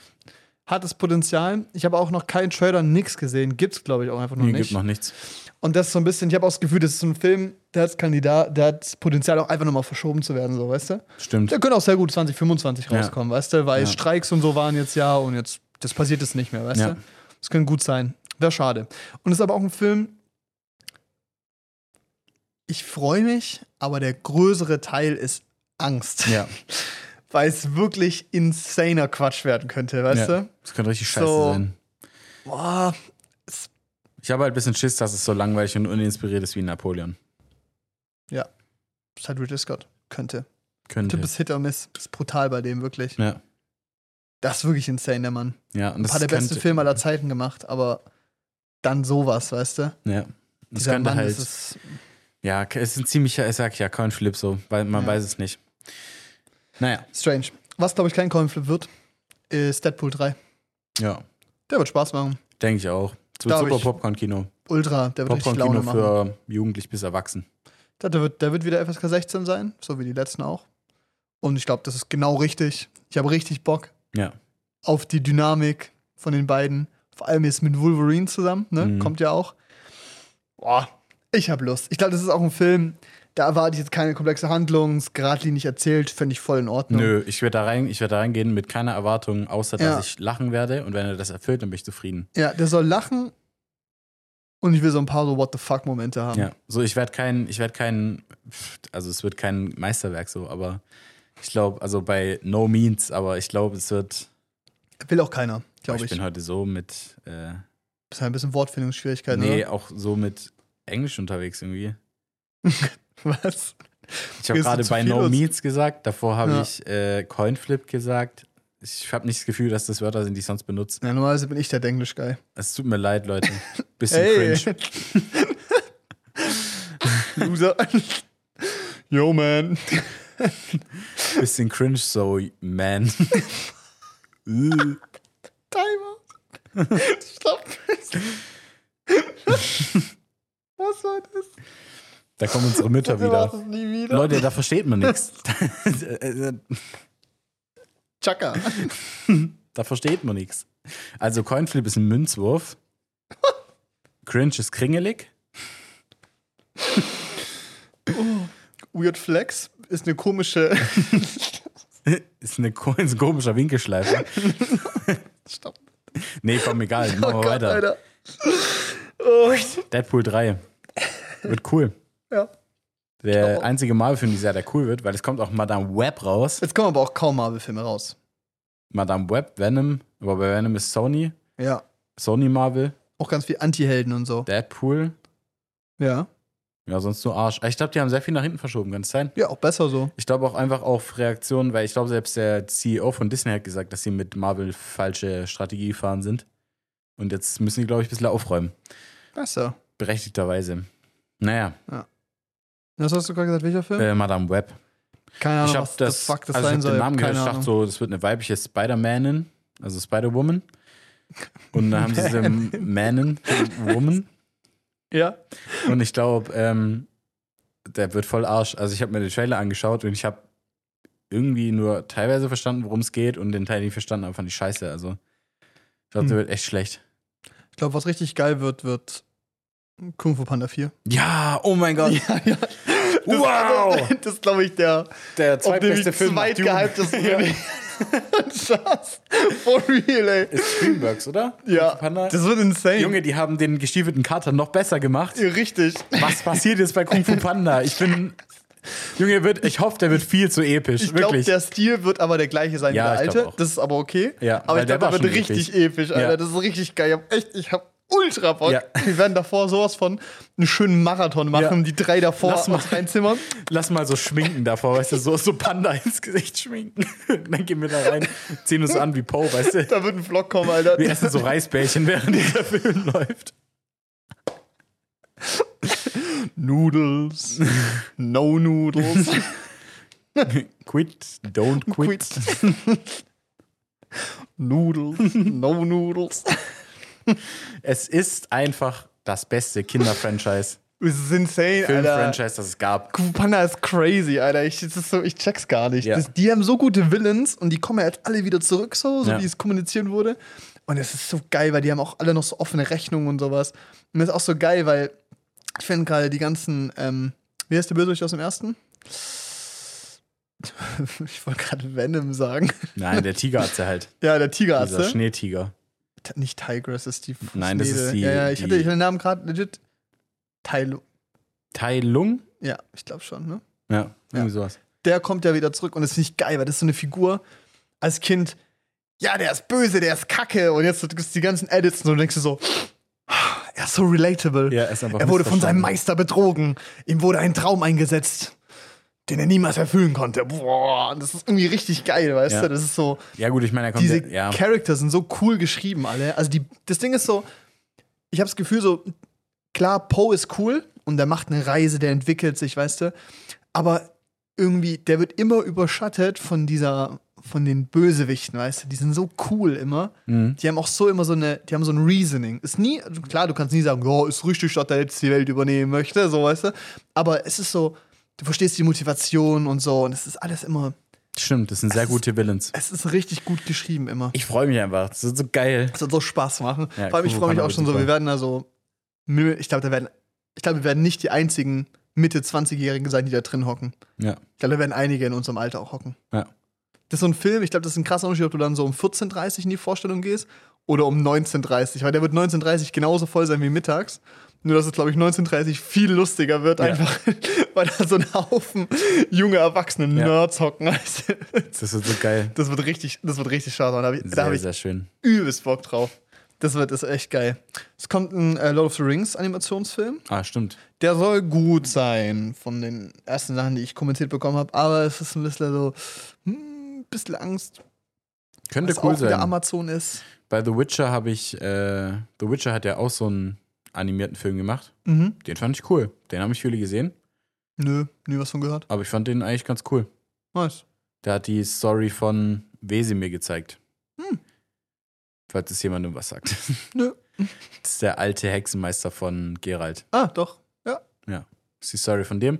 Hat das Potenzial. Ich habe auch noch keinen Trailer, nix gesehen. Gibt's, glaube ich, auch einfach noch Hier nicht. gibt noch nichts. Und das ist so ein bisschen, ich habe auch das Gefühl, das ist so ein Film, der hat Kandidat, der hat das Potenzial, auch einfach nochmal verschoben zu werden, so, weißt du? Stimmt. Der könnte auch sehr gut 2025 Ja. rauskommen, weißt du? Weil Ja. Streiks und so waren jetzt ja und jetzt, das passiert jetzt nicht mehr, weißt Ja. du? Das könnte gut sein. Wäre schade. Und es ist aber auch ein Film, ich freue mich, aber der größere Teil ist Angst. Ja, Weil es wirklich insaner Quatsch werden könnte, ja. weißt du? Das könnte richtig scheiße So. sein. Boah, Ich habe halt ein bisschen Schiss, dass es so langweilig und uninspiriert ist wie Napoleon. das ist halt Ridley Scott. Könnte. Könnte. Tipp ist Hit or Miss. Ist brutal bei dem, wirklich. Ja. Das ist wirklich insane, der Mann. Ja, und das Hat der beste könnte- Film aller Zeiten gemacht, aber dann sowas, weißt du? Ja. Das Dieser könnte Mann, halt. das ist Ja, es ist ein ziemlicher, ich sag ja, kein Flip so, weil man Ja. weiß es nicht. Naja, strange. Was, glaube ich, kein Coin Flip wird, ist Deadpool 3. ja, Der wird Spaß machen. denke ich auch. So Glaub super ich. Popcorn-Kino. Ultra, der wird richtig Laune Popcorn-Kino machen. für jugendlich bis erwachsen. Der wird, der wird wieder FSK 16 sein, so wie die letzten auch. Und ich glaube, das ist genau richtig. Ich habe richtig Bock Ja, auf die Dynamik von den beiden. Vor allem jetzt mit Wolverine zusammen, ne? Mhm. Kommt ja auch. Boah, ich habe Lust. Ich glaube, das ist auch ein Film, da erwarte ich jetzt keine komplexe Handlung, ist geradlinig erzählt, fände ich voll in Ordnung. nö, ich werde da, rein, ich werd da reingehen mit keiner Erwartung, außer Ja. dass ich lachen werde und wenn er das erfüllt, dann bin ich zufrieden. Ja, der soll lachen und ich will so ein paar so What the fuck Momente haben. Ja, so ich werde kein, ich werde kein, pff, also es wird kein Meisterwerk so, aber ich glaube, also bei No Means, aber ich glaube, es wird, Will auch keiner, glaube ich ich. bin heute so mit, äh, Ist halt ein bisschen Wortfindungsschwierigkeiten. nee, Oder? auch so mit Englisch unterwegs irgendwie. Was? Ich habe Gehst du gerade zu bei viel No los? Meats gesagt, davor habe Ja. ich äh, Coinflip gesagt. Ich habe nicht das Gefühl, dass das Wörter sind, die ich sonst benutze. Ja, normalerweise bin ich der Denglisch-Guy. Es tut mir leid, Leute. Bisschen Ey! cringe. Loser. Yo, man. Bisschen cringe, so man. Äh, Timer. Stopp. Was war das? da kommen unsere Mütter Du machst wieder. es nie wieder. Leute, da versteht man nichts. Chaka. Da versteht man nichts. Also Coinflip ist ein Münzwurf. Cringe ist kringelig. Weird Flex ist eine komische. Ist, eine, ko- ist ein komischer Winkelschleifer. Stopp. Nee, komm, egal. Machen wir Oh Gott, weiter. Alter. Oh. Deadpool 3. Wird cool. Ja. Der Genau. einzige Marvel-Film dieses Jahr, der cool wird, weil es kommt auch Madame Web raus. Jetzt kommen aber auch kaum Marvel-Filme raus. Madame Web, Venom, aber bei Venom ist Sony, Ja. Sony Marvel, Auch ganz viel Anti-Helden und so. Deadpool. Ja. Ja, sonst nur Arsch. Ah, Ich glaube, die haben sehr viel nach hinten verschoben, kann es sein? Ja, auch besser so. Ich glaube auch einfach auf Reaktionen, weil ich glaube, selbst der CEO von Disney hat gesagt, dass sie mit Marvel falsche Strategie gefahren sind. Und jetzt müssen die, glaube ich, ein bisschen aufräumen. Besser. Berechtigterweise. Naja. Ja. Was hast du gerade gesagt, welcher Film? Äh, Madame Web. Keine Ahnung, ich habe was das, the fuck das also ich sein hab soll. den Namen gehört, Keine ich dachte Ahnung. so, das wird eine weibliche Spider-Manin, also Spider-Woman. Und dann haben sie diese Manin, Woman. ja. Und ich glaube, ähm, der wird voll Arsch. Also ich habe mir den Trailer angeschaut und ich habe irgendwie nur teilweise verstanden, worum es geht und den Teil nicht verstanden, aber fand ich scheiße. Also ich glaube, der Hm. wird echt schlecht. Ich glaube, was richtig geil wird, wird Kung Fu Panda 4. Ja, oh mein Gott. ja. Wow! Also, das glaube ich, der Der auf dem zweitbeste Film. nach Dune. zweitgehyptesten Schatz. For real, ey. Ist Dreamworks, oder? Ja, Panda? das wird insane. Junge, die haben den gestiefelten Kater noch besser gemacht. Ja, richtig. Was passiert jetzt bei Kung Fu Panda? Ich bin. Junge, der wird, ich hoffe, der wird viel zu episch. Ich glaube, wirklich. der Stil wird aber der gleiche sein wie Ja, ich der glaub alte. auch. Das ist aber okay. Ja, aber weil ich der glaube, war der wird schon richtig episch, Alter. Ja. Das ist richtig geil. Ich hab echt, ich hab ultra Bock. Ja. Wir werden davor sowas von einen schönen Marathon machen, Ja. die drei davor Lass mal. uns reinzimmern. Lass mal so schminken davor, weißt du, so, so Panda ins Gesicht schminken. Dann gehen wir da rein, ziehen uns an wie Poe, weißt du. Da wird ein Vlog kommen, Alter. Wir essen so Reisbällchen, während dieser Film läuft. Noodles. No Noodles. Quit, don't quit. Quit. Noodles. No Noodles. Es ist einfach das beste Kinderfranchise, Es ist insane, Alter. Filmfranchise, das es gab. Kung Fu Panda ist crazy, Alter. Ich, das ist so, ich check's gar nicht. Ja. Das, die haben so gute Villains und die kommen ja jetzt alle wieder zurück, so, so Ja. wie es kommuniziert wurde. Und es ist so geil, weil die haben auch alle noch so offene Rechnungen und sowas. Und das ist auch so geil, weil ich finde gerade die ganzen, ähm, wie heißt der Bösewicht aus dem ersten? Ich wollte gerade Venom sagen. Nein, der Tigeratze halt. Ja, der Dieser Tigeratze. Schneetiger. T- Nicht Tigress, das ist die Nein, das ist Fußnägel. die- Ja, ja, ich die- hatte ich hatte den Namen gerade legit. Tylo. Tai Lung? Ja, ich glaube schon, ne? Ja, irgendwie sowas. der kommt ja wieder zurück und das finde ich geil, weil das ist so eine Figur als Kind, ja, der ist böse, der ist kacke und jetzt gibt es die ganzen Edits und du denkst dir so, ah, er ist so relatable. Ja, er ist einfach er wurde von seinem Meister missverstanden. betrogen, ihm wurde ein Traum eingesetzt, den er niemals erfüllen konnte. Boah, und das ist irgendwie richtig geil, weißt Ja. du? Das ist so, Ja, gut, ich meine, er kommt. diese ja, Charakter sind so cool geschrieben, alle. Also die, das Ding ist so, ich habe das Gefühl so, klar, Poe ist cool und der macht eine Reise, der entwickelt sich, weißt du. Aber irgendwie, der wird immer überschattet von dieser, von den Bösewichten, weißt du. Die sind so cool immer. Die haben auch so immer so eine, die haben so ein Reasoning. Ist nie, klar, du kannst nie sagen, ja, ist richtig, dass der jetzt die Welt übernehmen möchte, so, weißt du. Aber es ist so, du verstehst die Motivation und so und es ist alles immer, stimmt, das sind sehr gute Villains. es ist richtig gut geschrieben immer. Ich freue mich einfach. Das ist so geil. Es wird so Spaß machen. Ja, Vor allem, ich Kubo freue mich Panda auch wird schon so, super. wir werden da so, ich glaube, da werden, ich glaube, wir werden nicht die einzigen Mitte-20-Jährigen sein, die da drin hocken. Ja. Ich glaube, da werden einige in unserem Alter auch hocken. Ja. Das ist so ein Film, ich glaube, das ist ein krasser Unterschied, ob du dann so um 14.30 Uhr in die Vorstellung gehst oder um 19.30 Uhr, weil der wird 19.30 Uhr genauso voll sein wie mittags. Nur, dass es, glaube ich, 19.30 Uhr viel lustiger wird, Ja. einfach, weil da so ein Haufen junge Erwachsene Ja. Nerds hocken. weißt du. Das ist so geil. Das wird richtig, das wird richtig schade. Da habe ich, da hab Sehr, ich sehr schön. übelst Bock drauf. Das wird das ist echt geil. Es kommt ein äh, Lord of the Rings Animationsfilm. Ah, stimmt. Der soll gut sein von den ersten Sachen, die ich kommentiert bekommen habe. Aber es ist ein bisschen so, hm, bisschen Angst, Könnte dass cool auch wieder sein. Amazon ist. Bei The Witcher habe ich, äh, The Witcher hat ja auch so einen animierten Film gemacht. Mhm. Den fand ich cool. Den habe ich viele gesehen, Nö, nie was von gehört. aber ich fand den eigentlich ganz cool. Nice. Der hat die Story von Wesemir gezeigt. Hm. Falls es jemandem was sagt. Nö. Das ist der alte Hexenmeister von Geralt. Ah, doch. Das ist die Story von dem.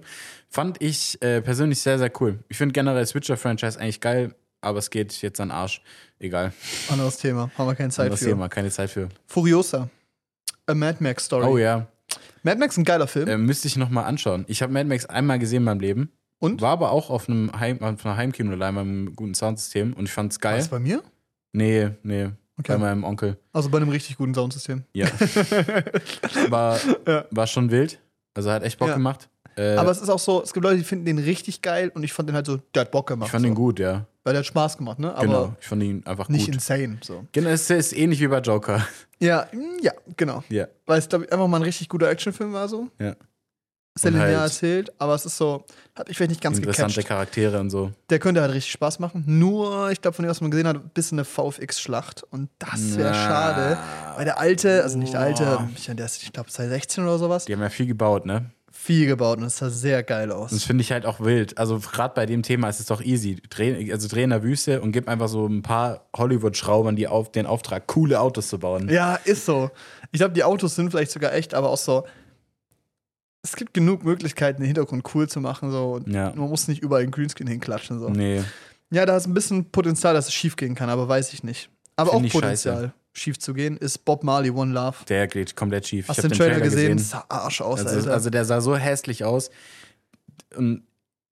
Fand ich äh, persönlich sehr, sehr cool. Ich finde generell das Witcher-Franchise eigentlich geil, aber es geht jetzt an den Arsch. Egal. Anderes Thema. Haben wir keine Zeit Anderes für. Thema, keine Zeit für. Furiosa. A Mad Max Story. Oh ja. Mad Max ist ein geiler Film. Äh, müsste ich nochmal anschauen. Ich habe Mad Max einmal gesehen in meinem Leben. Und? War aber auch auf einem Heim, auf einer Heimkinoleinwand mit einem guten Soundsystem und ich fand's geil. Was bei mir? Nee, nee. Bei Okay. meinem Onkel. Also bei einem richtig guten Soundsystem. Ja. war, Ja. war schon wild. Also hat echt Bock Ja. gemacht. Äh, Aber es ist auch so, es gibt Leute, die finden den richtig geil und ich fand den halt so, der hat Bock gemacht. ich fand so. ihn gut, ja. Weil der hat Spaß gemacht, ne? Aber Genau. Ich fand ihn einfach nicht gut. insane. So. Genau, es ist ähnlich wie bei Joker. Ja, mm, ja, genau. Ja. Weil es, glaube ich, einfach mal ein richtig guter Actionfilm war so. Ja. Sehr Und linear halt- erzählt, aber es ist so, hat mich vielleicht nicht ganz Interessante gecatcht. Charaktere und so. Der könnte halt richtig Spaß machen. Nur, ich glaube, von dem, was man gesehen hat, ein bisschen eine VFX-Schlacht. Und das wäre Na. schade. Weil der alte, also nicht der alte, Boah. ich, der ist, ich glaube, 2016 oder sowas, Die haben ja viel gebaut, ne? viel gebaut und es sah sehr geil aus. Das finde ich halt auch wild. Also gerade bei dem Thema ist es doch easy. Dreh, also dreh in der Wüste und gib einfach so ein paar Hollywood-Schraubern die auf, den Auftrag, coole Autos zu bauen. Ja, ist so. Ich glaube, die Autos sind vielleicht sogar echt, aber auch so. Es gibt genug Möglichkeiten, den Hintergrund cool zu machen. So. Und Ja. Mhm. Man muss nicht überall einen Greenscreen hinklatschen. So. Nee. Ja, da ist ein bisschen Potenzial, dass es schief gehen kann, aber weiß ich nicht. Aber Find auch ich Potenzial, schief zu gehen, ist Bob Marley One Love. Der geht komplett schief. Hast hab du den, Trailer gesehen? Sah Arsch aus, Also, Alter. also der sah so hässlich aus. Und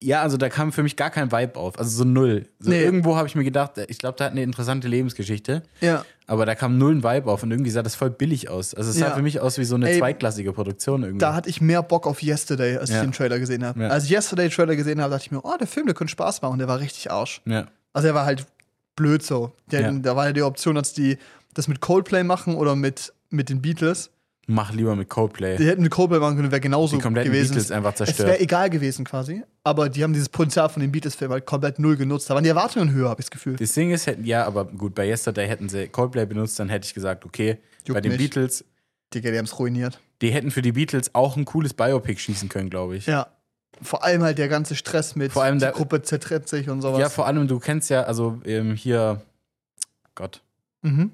ja, also da kam für mich gar kein Vibe auf. Also so null. So Nee. Irgendwo habe ich mir gedacht, äh, ich glaube, der hat eine interessante Lebensgeschichte. ja. Aber da kam null ein Vibe auf und irgendwie sah das voll billig aus. Also es sah Ja. für mich aus wie so eine Ey, zweiklassige Produktion irgendwie. Da hatte ich mehr Bock auf Yesterday, als ich Ja. den Trailer gesehen habe. Ja. Als ich Yesterday den Trailer gesehen habe, dachte ich mir, oh, der Film, der könnte Spaß machen. Der war richtig Arsch. ja. Also er war halt blöd so. Der, Ja. Da war ja die Option, dass die das mit Coldplay machen oder mit, mit den Beatles. Mach lieber mit Coldplay. Die hätten mit Coldplay machen können, wäre genauso Die kompletten gewesen. Beatles einfach es wäre zerstört. egal gewesen quasi. Aber die haben dieses Potenzial von den Beatles-Film halt komplett null genutzt. Da waren die Erwartungen höher, habe ich das Gefühl. Das Ding ist, hätten, ja, aber gut, bei Yesterday hätten sie Coldplay benutzt, dann hätte ich gesagt, okay, Juckt bei den mich. Beatles, Digga, die haben es ruiniert. die hätten für die Beatles auch ein cooles Biopic schießen können, glaube ich. Ja. Vor allem halt der ganze Stress mit Vor allem die da- Gruppe zertritt sich und Ja, sowas. vor allem, du kennst ja, also ähm, hier, Gott, Mhm.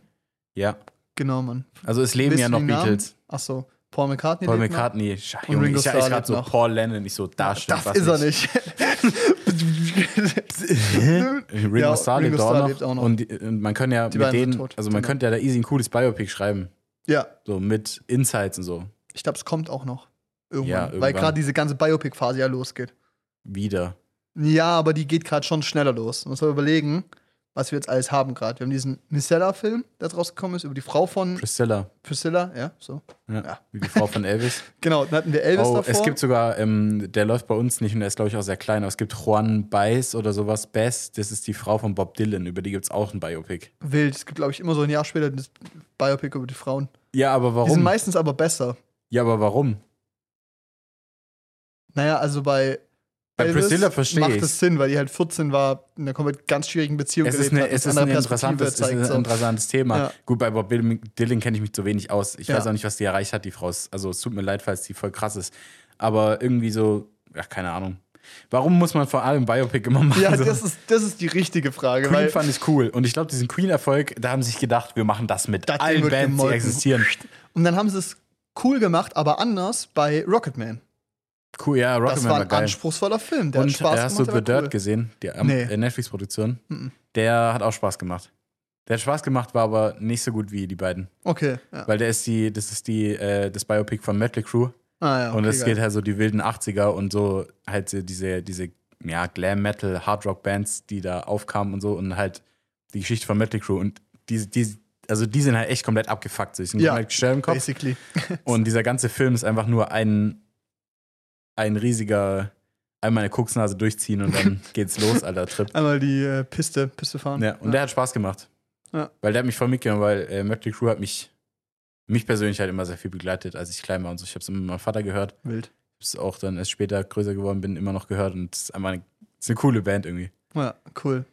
ja. Genau, Mann. Also es leben Wissen ja noch die Namen? Beatles. Ach so. Paul McCartney. Paul lebt noch? McCartney, Scheiße, Und Junge, Ringo ich, ich Starr gerade lebt so noch. Paul Lennon, ich so, da stimmt Das was ist er nicht. nicht. Ringo Ja, Starr Ringo lebt auch Starr noch. lebt auch noch. Und, die- und man kann ja Die mit beiden sind denen, tot. also man Genau. könnte ja da easy ein cooles Biopic schreiben. ja, So mit Insights und so. ich glaube, es kommt auch noch. Irgendwann. Ja, Weil irgendwann. gerade diese ganze Biopic-Phase ja losgeht. Wieder. Ja, aber die geht gerade schon schneller los. Man soll überlegen, was wir jetzt alles haben gerade. Wir haben diesen Missella-Film, der jetzt rausgekommen ist, über die Frau von Priscilla. Priscilla, ja, so. Ja. Ja. Wie die Frau von Elvis. Genau, dann hatten wir Elvis oh, davor. es gibt sogar, ähm, der läuft bei uns nicht und der ist, glaube ich, auch sehr klein, aber es gibt Juan Baez oder sowas. Baez, das ist die Frau von Bob Dylan, über die gibt es auch ein Biopic. Wild. Es gibt, glaube ich, immer so ein Jahr später das Biopic über die Frauen. Ja, aber Die sind warum? meistens aber besser. Ja, aber warum? Naja, also bei. Bei Elvis Priscilla verstehe Macht ich's. es Sinn, weil die halt 14 war, in einer komplett halt ganz schwierigen Beziehung Es ist, gelebt eine, hat. es und ist andere ein Perspektive interessantes, es zeigt, ist so. ein interessantes Thema. Ja. Gut, bei Bob Dylan Dylan kenne ich mich zu wenig aus. Ich Ja. weiß auch nicht, was die erreicht hat, die Frau. Ist- Also es tut mir leid, falls die voll krass ist. Aber irgendwie so, ja, keine Ahnung. Warum muss man vor allem Biopic immer machen? Ja, So, das ist, das ist die richtige Frage, Queen weil fand ich cool. Und ich glaube, diesen Queen-Erfolg, da haben sie sich gedacht, wir machen das mit Das Ding allen wird Bands, gemolken. die existieren. Und dann haben sie es cool gemacht, aber anders bei Rocketman. Cool, ja, Rocketman Das war ein geil. anspruchsvoller Film. Der Und hat Spaß äh, hast gemacht. du The der war Dirt gesehen, die ähm, Nee. äh, Netflix-Produktion? Mhm. Der hat auch Spaß gemacht. Der hat Spaß gemacht, war aber nicht so gut wie die beiden. cool. Okay. Ja. Weil der ist die, das ist die, äh, das Biopic von Mötley Crew. Ah, ja, okay, und es geil. geht halt so die wilden 80er und so halt so diese, diese ja, Glam-Metal, Hard-Rock-Bands, die da aufkamen und so und halt die Geschichte von Mötley Crew und die, die, also die sind halt echt komplett abgefuckt. So. Die sind Ja, komplett gestellt im Kopf. Basically. Und dieser ganze Film ist einfach nur ein, ein riesiger einmal eine Koksnase durchziehen und dann geht's los, alter Trip. Einmal die äh, Piste, Piste fahren. Ja, und der hat Spaß gemacht. Ja. Weil der hat mich voll mitgenommen, weil äh, Mötley Crew hat mich, mich persönlich halt immer sehr viel begleitet, als ich klein war und so. Ich habe es immer mit meinem Vater gehört Wild. hab's auch dann erst später größer geworden bin, immer noch gehört und es ist einfach eine, ist eine coole Band irgendwie. Ja, cool.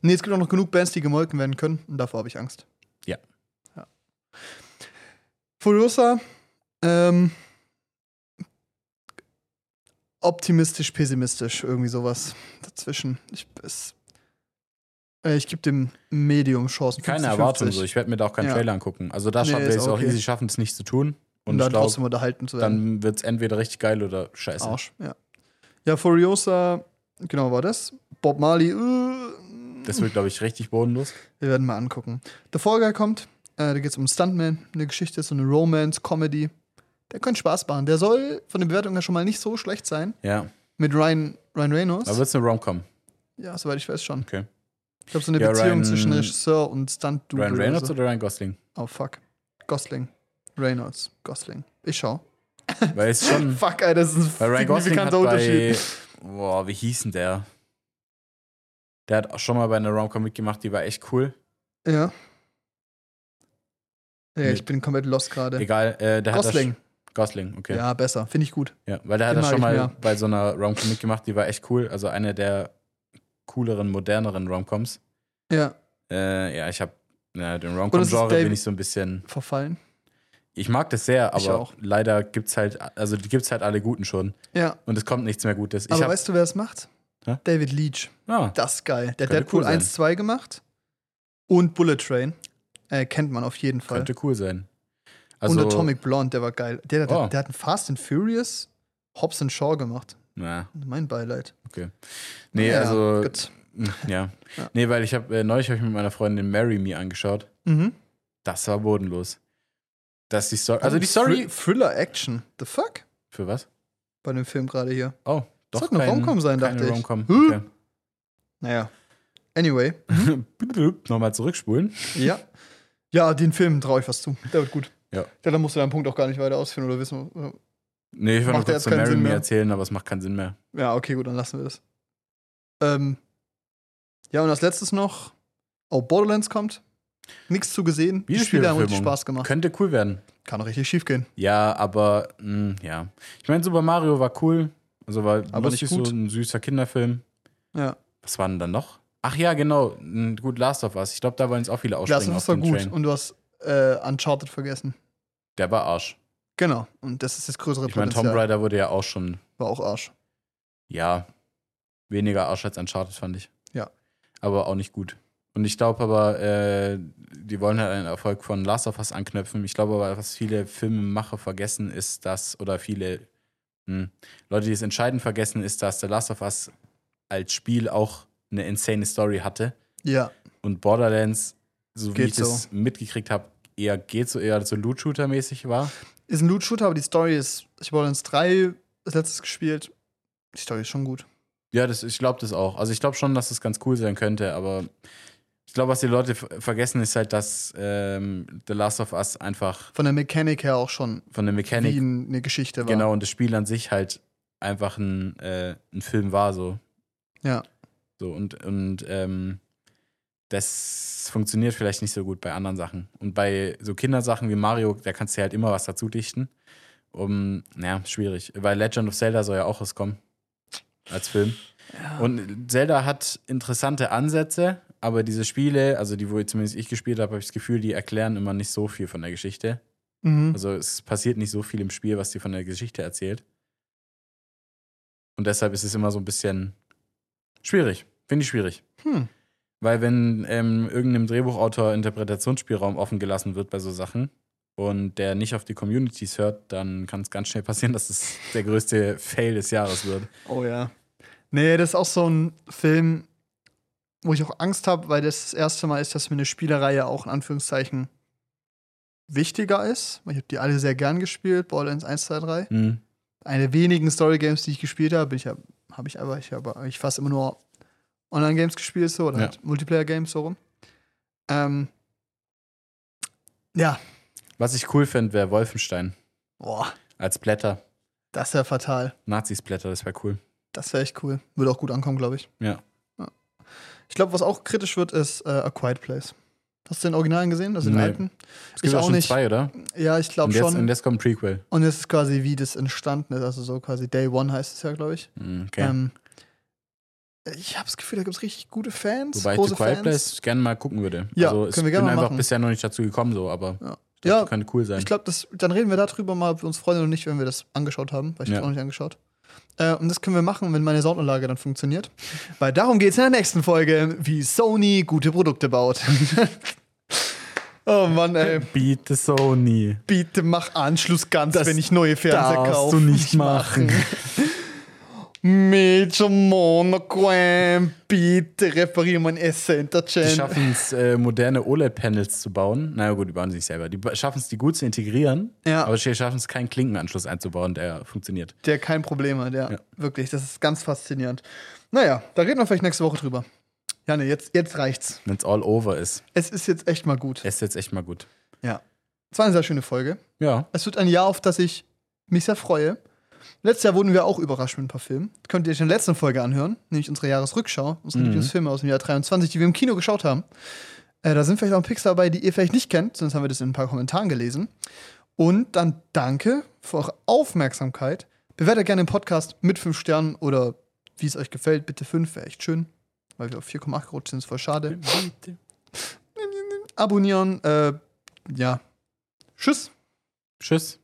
Nee, es gibt auch noch genug Bands, die gemolken werden können und davor habe ich Angst. Ja. ja. Furiosa, ähm, optimistisch, pessimistisch, irgendwie sowas dazwischen. Ich, es, äh, ich gebe dem Medium Chancen. Keine 50-50. Erwartung so, ich werde mir da auch keinen Ja. Trailer angucken. Also da Nee, schaffen ist wir es auch okay. easy schaffen, es nicht zu tun. und, Und, ich um dann glaube, trotzdem unterhalten zu werden. dann wird es entweder richtig geil oder scheiße. Arsch, ja. Ja, Furiosa, genau war das. Bob Marley, äh, Das wird, glaube ich, richtig bodenlos. Wir werden mal angucken. The Fall Guy kommt. Äh, da geht es um einen Stuntman. Eine Geschichte, so eine Romance-Comedy. Der könnte Spaß machen. Der soll von der Bewertung her schon mal nicht so schlecht sein. Ja. Mit Ryan, Ryan Reynolds. Aber wird es eine Rom-Com? ja, soweit ich weiß schon. Okay. Ich glaube, so eine Ja, Beziehung Ryan- zwischen Regisseur und Stunt-Double. Ryan oder Reynolds So. oder Ryan Gosling? Oh, fuck. Gosling. Reynolds. Gosling. Ich schau. Weil es schon. Fuck, Alter, das ist ein Weil Ryan Gosling hat signifikanter bei. Unterschied. Boah, wie hieß denn der? Der hat auch schon mal bei einer Rom-Com mitgemacht, die war echt cool. Ja. Ja, ich Mit- bin komplett lost gerade. Egal, äh, der Gosling. hat. das- Gosling, okay. Ja, besser. Finde ich gut. Ja, weil der hat Den das mag schon ich mal mehr. bei so einer Romcom mitgemacht, die war echt cool. Also eine der cooleren, moderneren Romcoms. Ja, Äh, ja, ich habe ja, den Und es ist Romcom-Genre David- bin ich so ein bisschen. verfallen. Ich mag das sehr, Ich aber auch. leider gibt's halt, also die gibt's halt alle guten schon. Ja. Und es kommt nichts mehr Gutes. Ich Aber hab, weißt du, wer es macht? Hä? David Leach. ah, Das ist geil. Der hat Könnte Deadpool cool sein. 1, 2 gemacht. Und Bullet Train. Äh, kennt man auf jeden Fall. könnte cool sein. Also, und Atomic Blonde, der war geil. Der, der, Oh. der hat einen Fast and Furious Hobbs and Shaw gemacht. Na, Mein Beileid. nee, Ja, also gut. Ja. Ja. Nee, weil ich habe äh, neulich hab ich mit meiner Freundin Mary Me angeschaut. Mhm. Das war bodenlos. Dass die Story. Also die Story. Thri- Thriller Action. The fuck? Für was? Bei dem Film gerade hier. Oh, doch. Sollte eine kein- Romcom sein, keine dachte ich. Romcom. Huh? Naja. Anyway. Okay. Nochmal zurückspulen. Ja. Ja, den Film traue ich was zu. Der wird gut. Ja. Da musst du deinen Punkt auch gar nicht weiter ausführen oder wissen. oder- Nee, ich wollte noch Macht ja jetzt kurz zu keinen Mary Sinn Me mehr. erzählen, aber es macht keinen Sinn mehr. Ja, okay, gut, dann lassen wir das. Ähm, ja, und als letztes noch, oh, Borderlands kommt. Nichts zu gesehen. Die Spiele haben richtig Videospielverfilmung. Spaß gemacht. Könnte cool werden. Kann richtig schief gehen. Ja, aber mh, ja. Ich meine, Super Mario war cool. Also war Aber nicht lustig, gut. so ein süßer Kinderfilm. Ja. Was war denn dann noch? Ach ja, genau. Mh, Gut, Last of Us. Ich glaube, da wollen es auch viele Last ausspringen of auf Us war den gut Train. und du hast äh, Uncharted vergessen. Der war Arsch. Genau. Und das ist das größere Ich meine, Tomb Raider wurde ja auch schon war auch Arsch. ja, weniger Arsch als Uncharted, fand ich. Ja. Aber auch nicht gut. Und ich glaube aber, äh, die wollen halt einen Erfolg von Last of Us anknüpfen. Ich glaube aber, was viele Filmemacher vergessen, ist das, oder viele hm, Leute, die es entscheidend vergessen, ist, dass der Last of Us als Spiel auch eine insane Story hatte. Ja. Und Borderlands, so wie Geht ich das mitgekriegt habe, eher geht so eher so Loot-Shooter-mäßig war. Ist ein Loot-Shooter, aber die Story ist, ich habe Borderlands 3 als letztes gespielt. Die Story ist schon gut. Ja, das, ich glaube das auch. Also ich glaube schon, dass das ganz cool sein könnte, aber ich glaube, was die Leute f- vergessen, ist halt, dass ähm, The Last of Us einfach Von der Mechanik her auch schon von der wie Mechanik ein- eine Geschichte war. genau und das Spiel an sich halt einfach ein, äh, ein Film war so. Ja. So und, und ähm, das funktioniert vielleicht nicht so gut bei anderen Sachen. Und bei so Kindersachen wie Mario, da kannst du halt immer was dazu dichten. Um, naja, schwierig. Weil Legend of Zelda soll ja auch was kommen. Als Film. Und Zelda hat interessante Ansätze, aber diese Spiele, also die, wo zumindest ich gespielt habe, habe ich das Gefühl, die erklären immer nicht so viel von der Geschichte. Mhm. Also es passiert nicht so viel im Spiel, was dir von der Geschichte erzählt. Und deshalb ist es immer so ein bisschen schwierig. Finde ich schwierig. Hm. Weil wenn ähm, irgendeinem Drehbuchautor Interpretationsspielraum offen gelassen wird bei so Sachen und der nicht auf die Communities hört, dann kann es ganz schnell passieren, dass es der größte Fail des Jahres wird. Oh ja. Nee, das ist auch so ein Film, wo ich auch Angst habe, weil das das erste Mal ist, dass mir eine Spielerei ja auch in Anführungszeichen wichtiger ist. Weil Ich habe die alle sehr gern gespielt, Borderlands 1, 2, 3. Hm. Eine der wenigen Story-Games, die ich gespielt habe. Ich habe hab ich aber, ich habe ich fast immer nur Online-Games gespielt, so, oder Ja. halt Multiplayer-Games, so rum. Ähm, ja, Was ich cool fände, wäre Wolfenstein boah, als Blätter. das wäre fatal. Nazis Blätter, das wäre cool. Das wäre echt cool. Würde auch gut ankommen, glaube ich. Ja. Ich glaube, was auch kritisch wird, ist äh, A Quiet Place. Hast du den Originalen gesehen? Das den Nee. alten? Es Ich gibt auch auch schon nicht. zwei, oder? Ja, ich glaube Und jetzt, schon. und jetzt kommt ein Prequel. und es ist quasi, wie das entstanden ist. Also so quasi Day One heißt es ja, glaube ich. Hm, Okay. Ähm, ich habe das Gefühl, da gibt es richtig gute Fans. Wobei ich große The Quiet Fans. Place gerne mal gucken würde. Ja, also es können wir gerne bin mal einfach machen. bisher noch nicht dazu gekommen, so, aber Ja. ich dachte, Ja, könnte cool sein. Ich glaube, das- dann reden wir darüber mal, ob wir uns freuen oder nicht, wenn wir das angeschaut haben, weil ich Ja. das auch nicht angeschaut. Äh, und das können wir machen, wenn meine Soundanlage dann funktioniert. Weil darum geht es in der nächsten Folge, wie Sony gute Produkte baut. oh Mann, ey. Biete Sony. Bitte mach Anschluss ganz, Das wenn ich neue Fernseher kaufe. darfst du nicht machen. Major Monogram, bitte repariere mein Die S-Center-Channel. schaffen es, äh, moderne OLED-Panels zu bauen. Na naja, gut, die bauen sie nicht selber. Die ba- schaffen es, die gut zu integrieren, Ja. aber sie schaffen es, keinen Klinkenanschluss einzubauen, der funktioniert. Der kein Problem hat, ja. Ja. Wirklich, das ist ganz faszinierend. Naja, da reden wir vielleicht nächste Woche drüber. Janne, jetzt, jetzt reicht's. Wenn es all over ist, Es ist jetzt echt mal gut. ist jetzt echt mal gut. Ja. Es war eine sehr schöne Folge. Ja, Es wird ein Jahr, auf das ich mich sehr freue. Letztes Jahr wurden wir auch überrascht mit ein paar Filmen. Das könnt ihr euch in der letzten Folge anhören, nämlich unsere Jahresrückschau, unsere Lieblingsfilme aus dem Jahr 23, die wir im Kino geschaut haben. Äh, da sind vielleicht auch ein Pixar dabei, die ihr vielleicht nicht kennt, sonst haben wir das in ein paar Kommentaren gelesen. Und dann danke für eure Aufmerksamkeit. Bewertet gerne den Podcast mit 5 Sternen oder wie es euch gefällt, bitte 5, wäre echt schön, weil wir auf 4,8 gerutscht sind, ist voll schade. Abonnieren, äh, ja. Tschüss. Tschüss.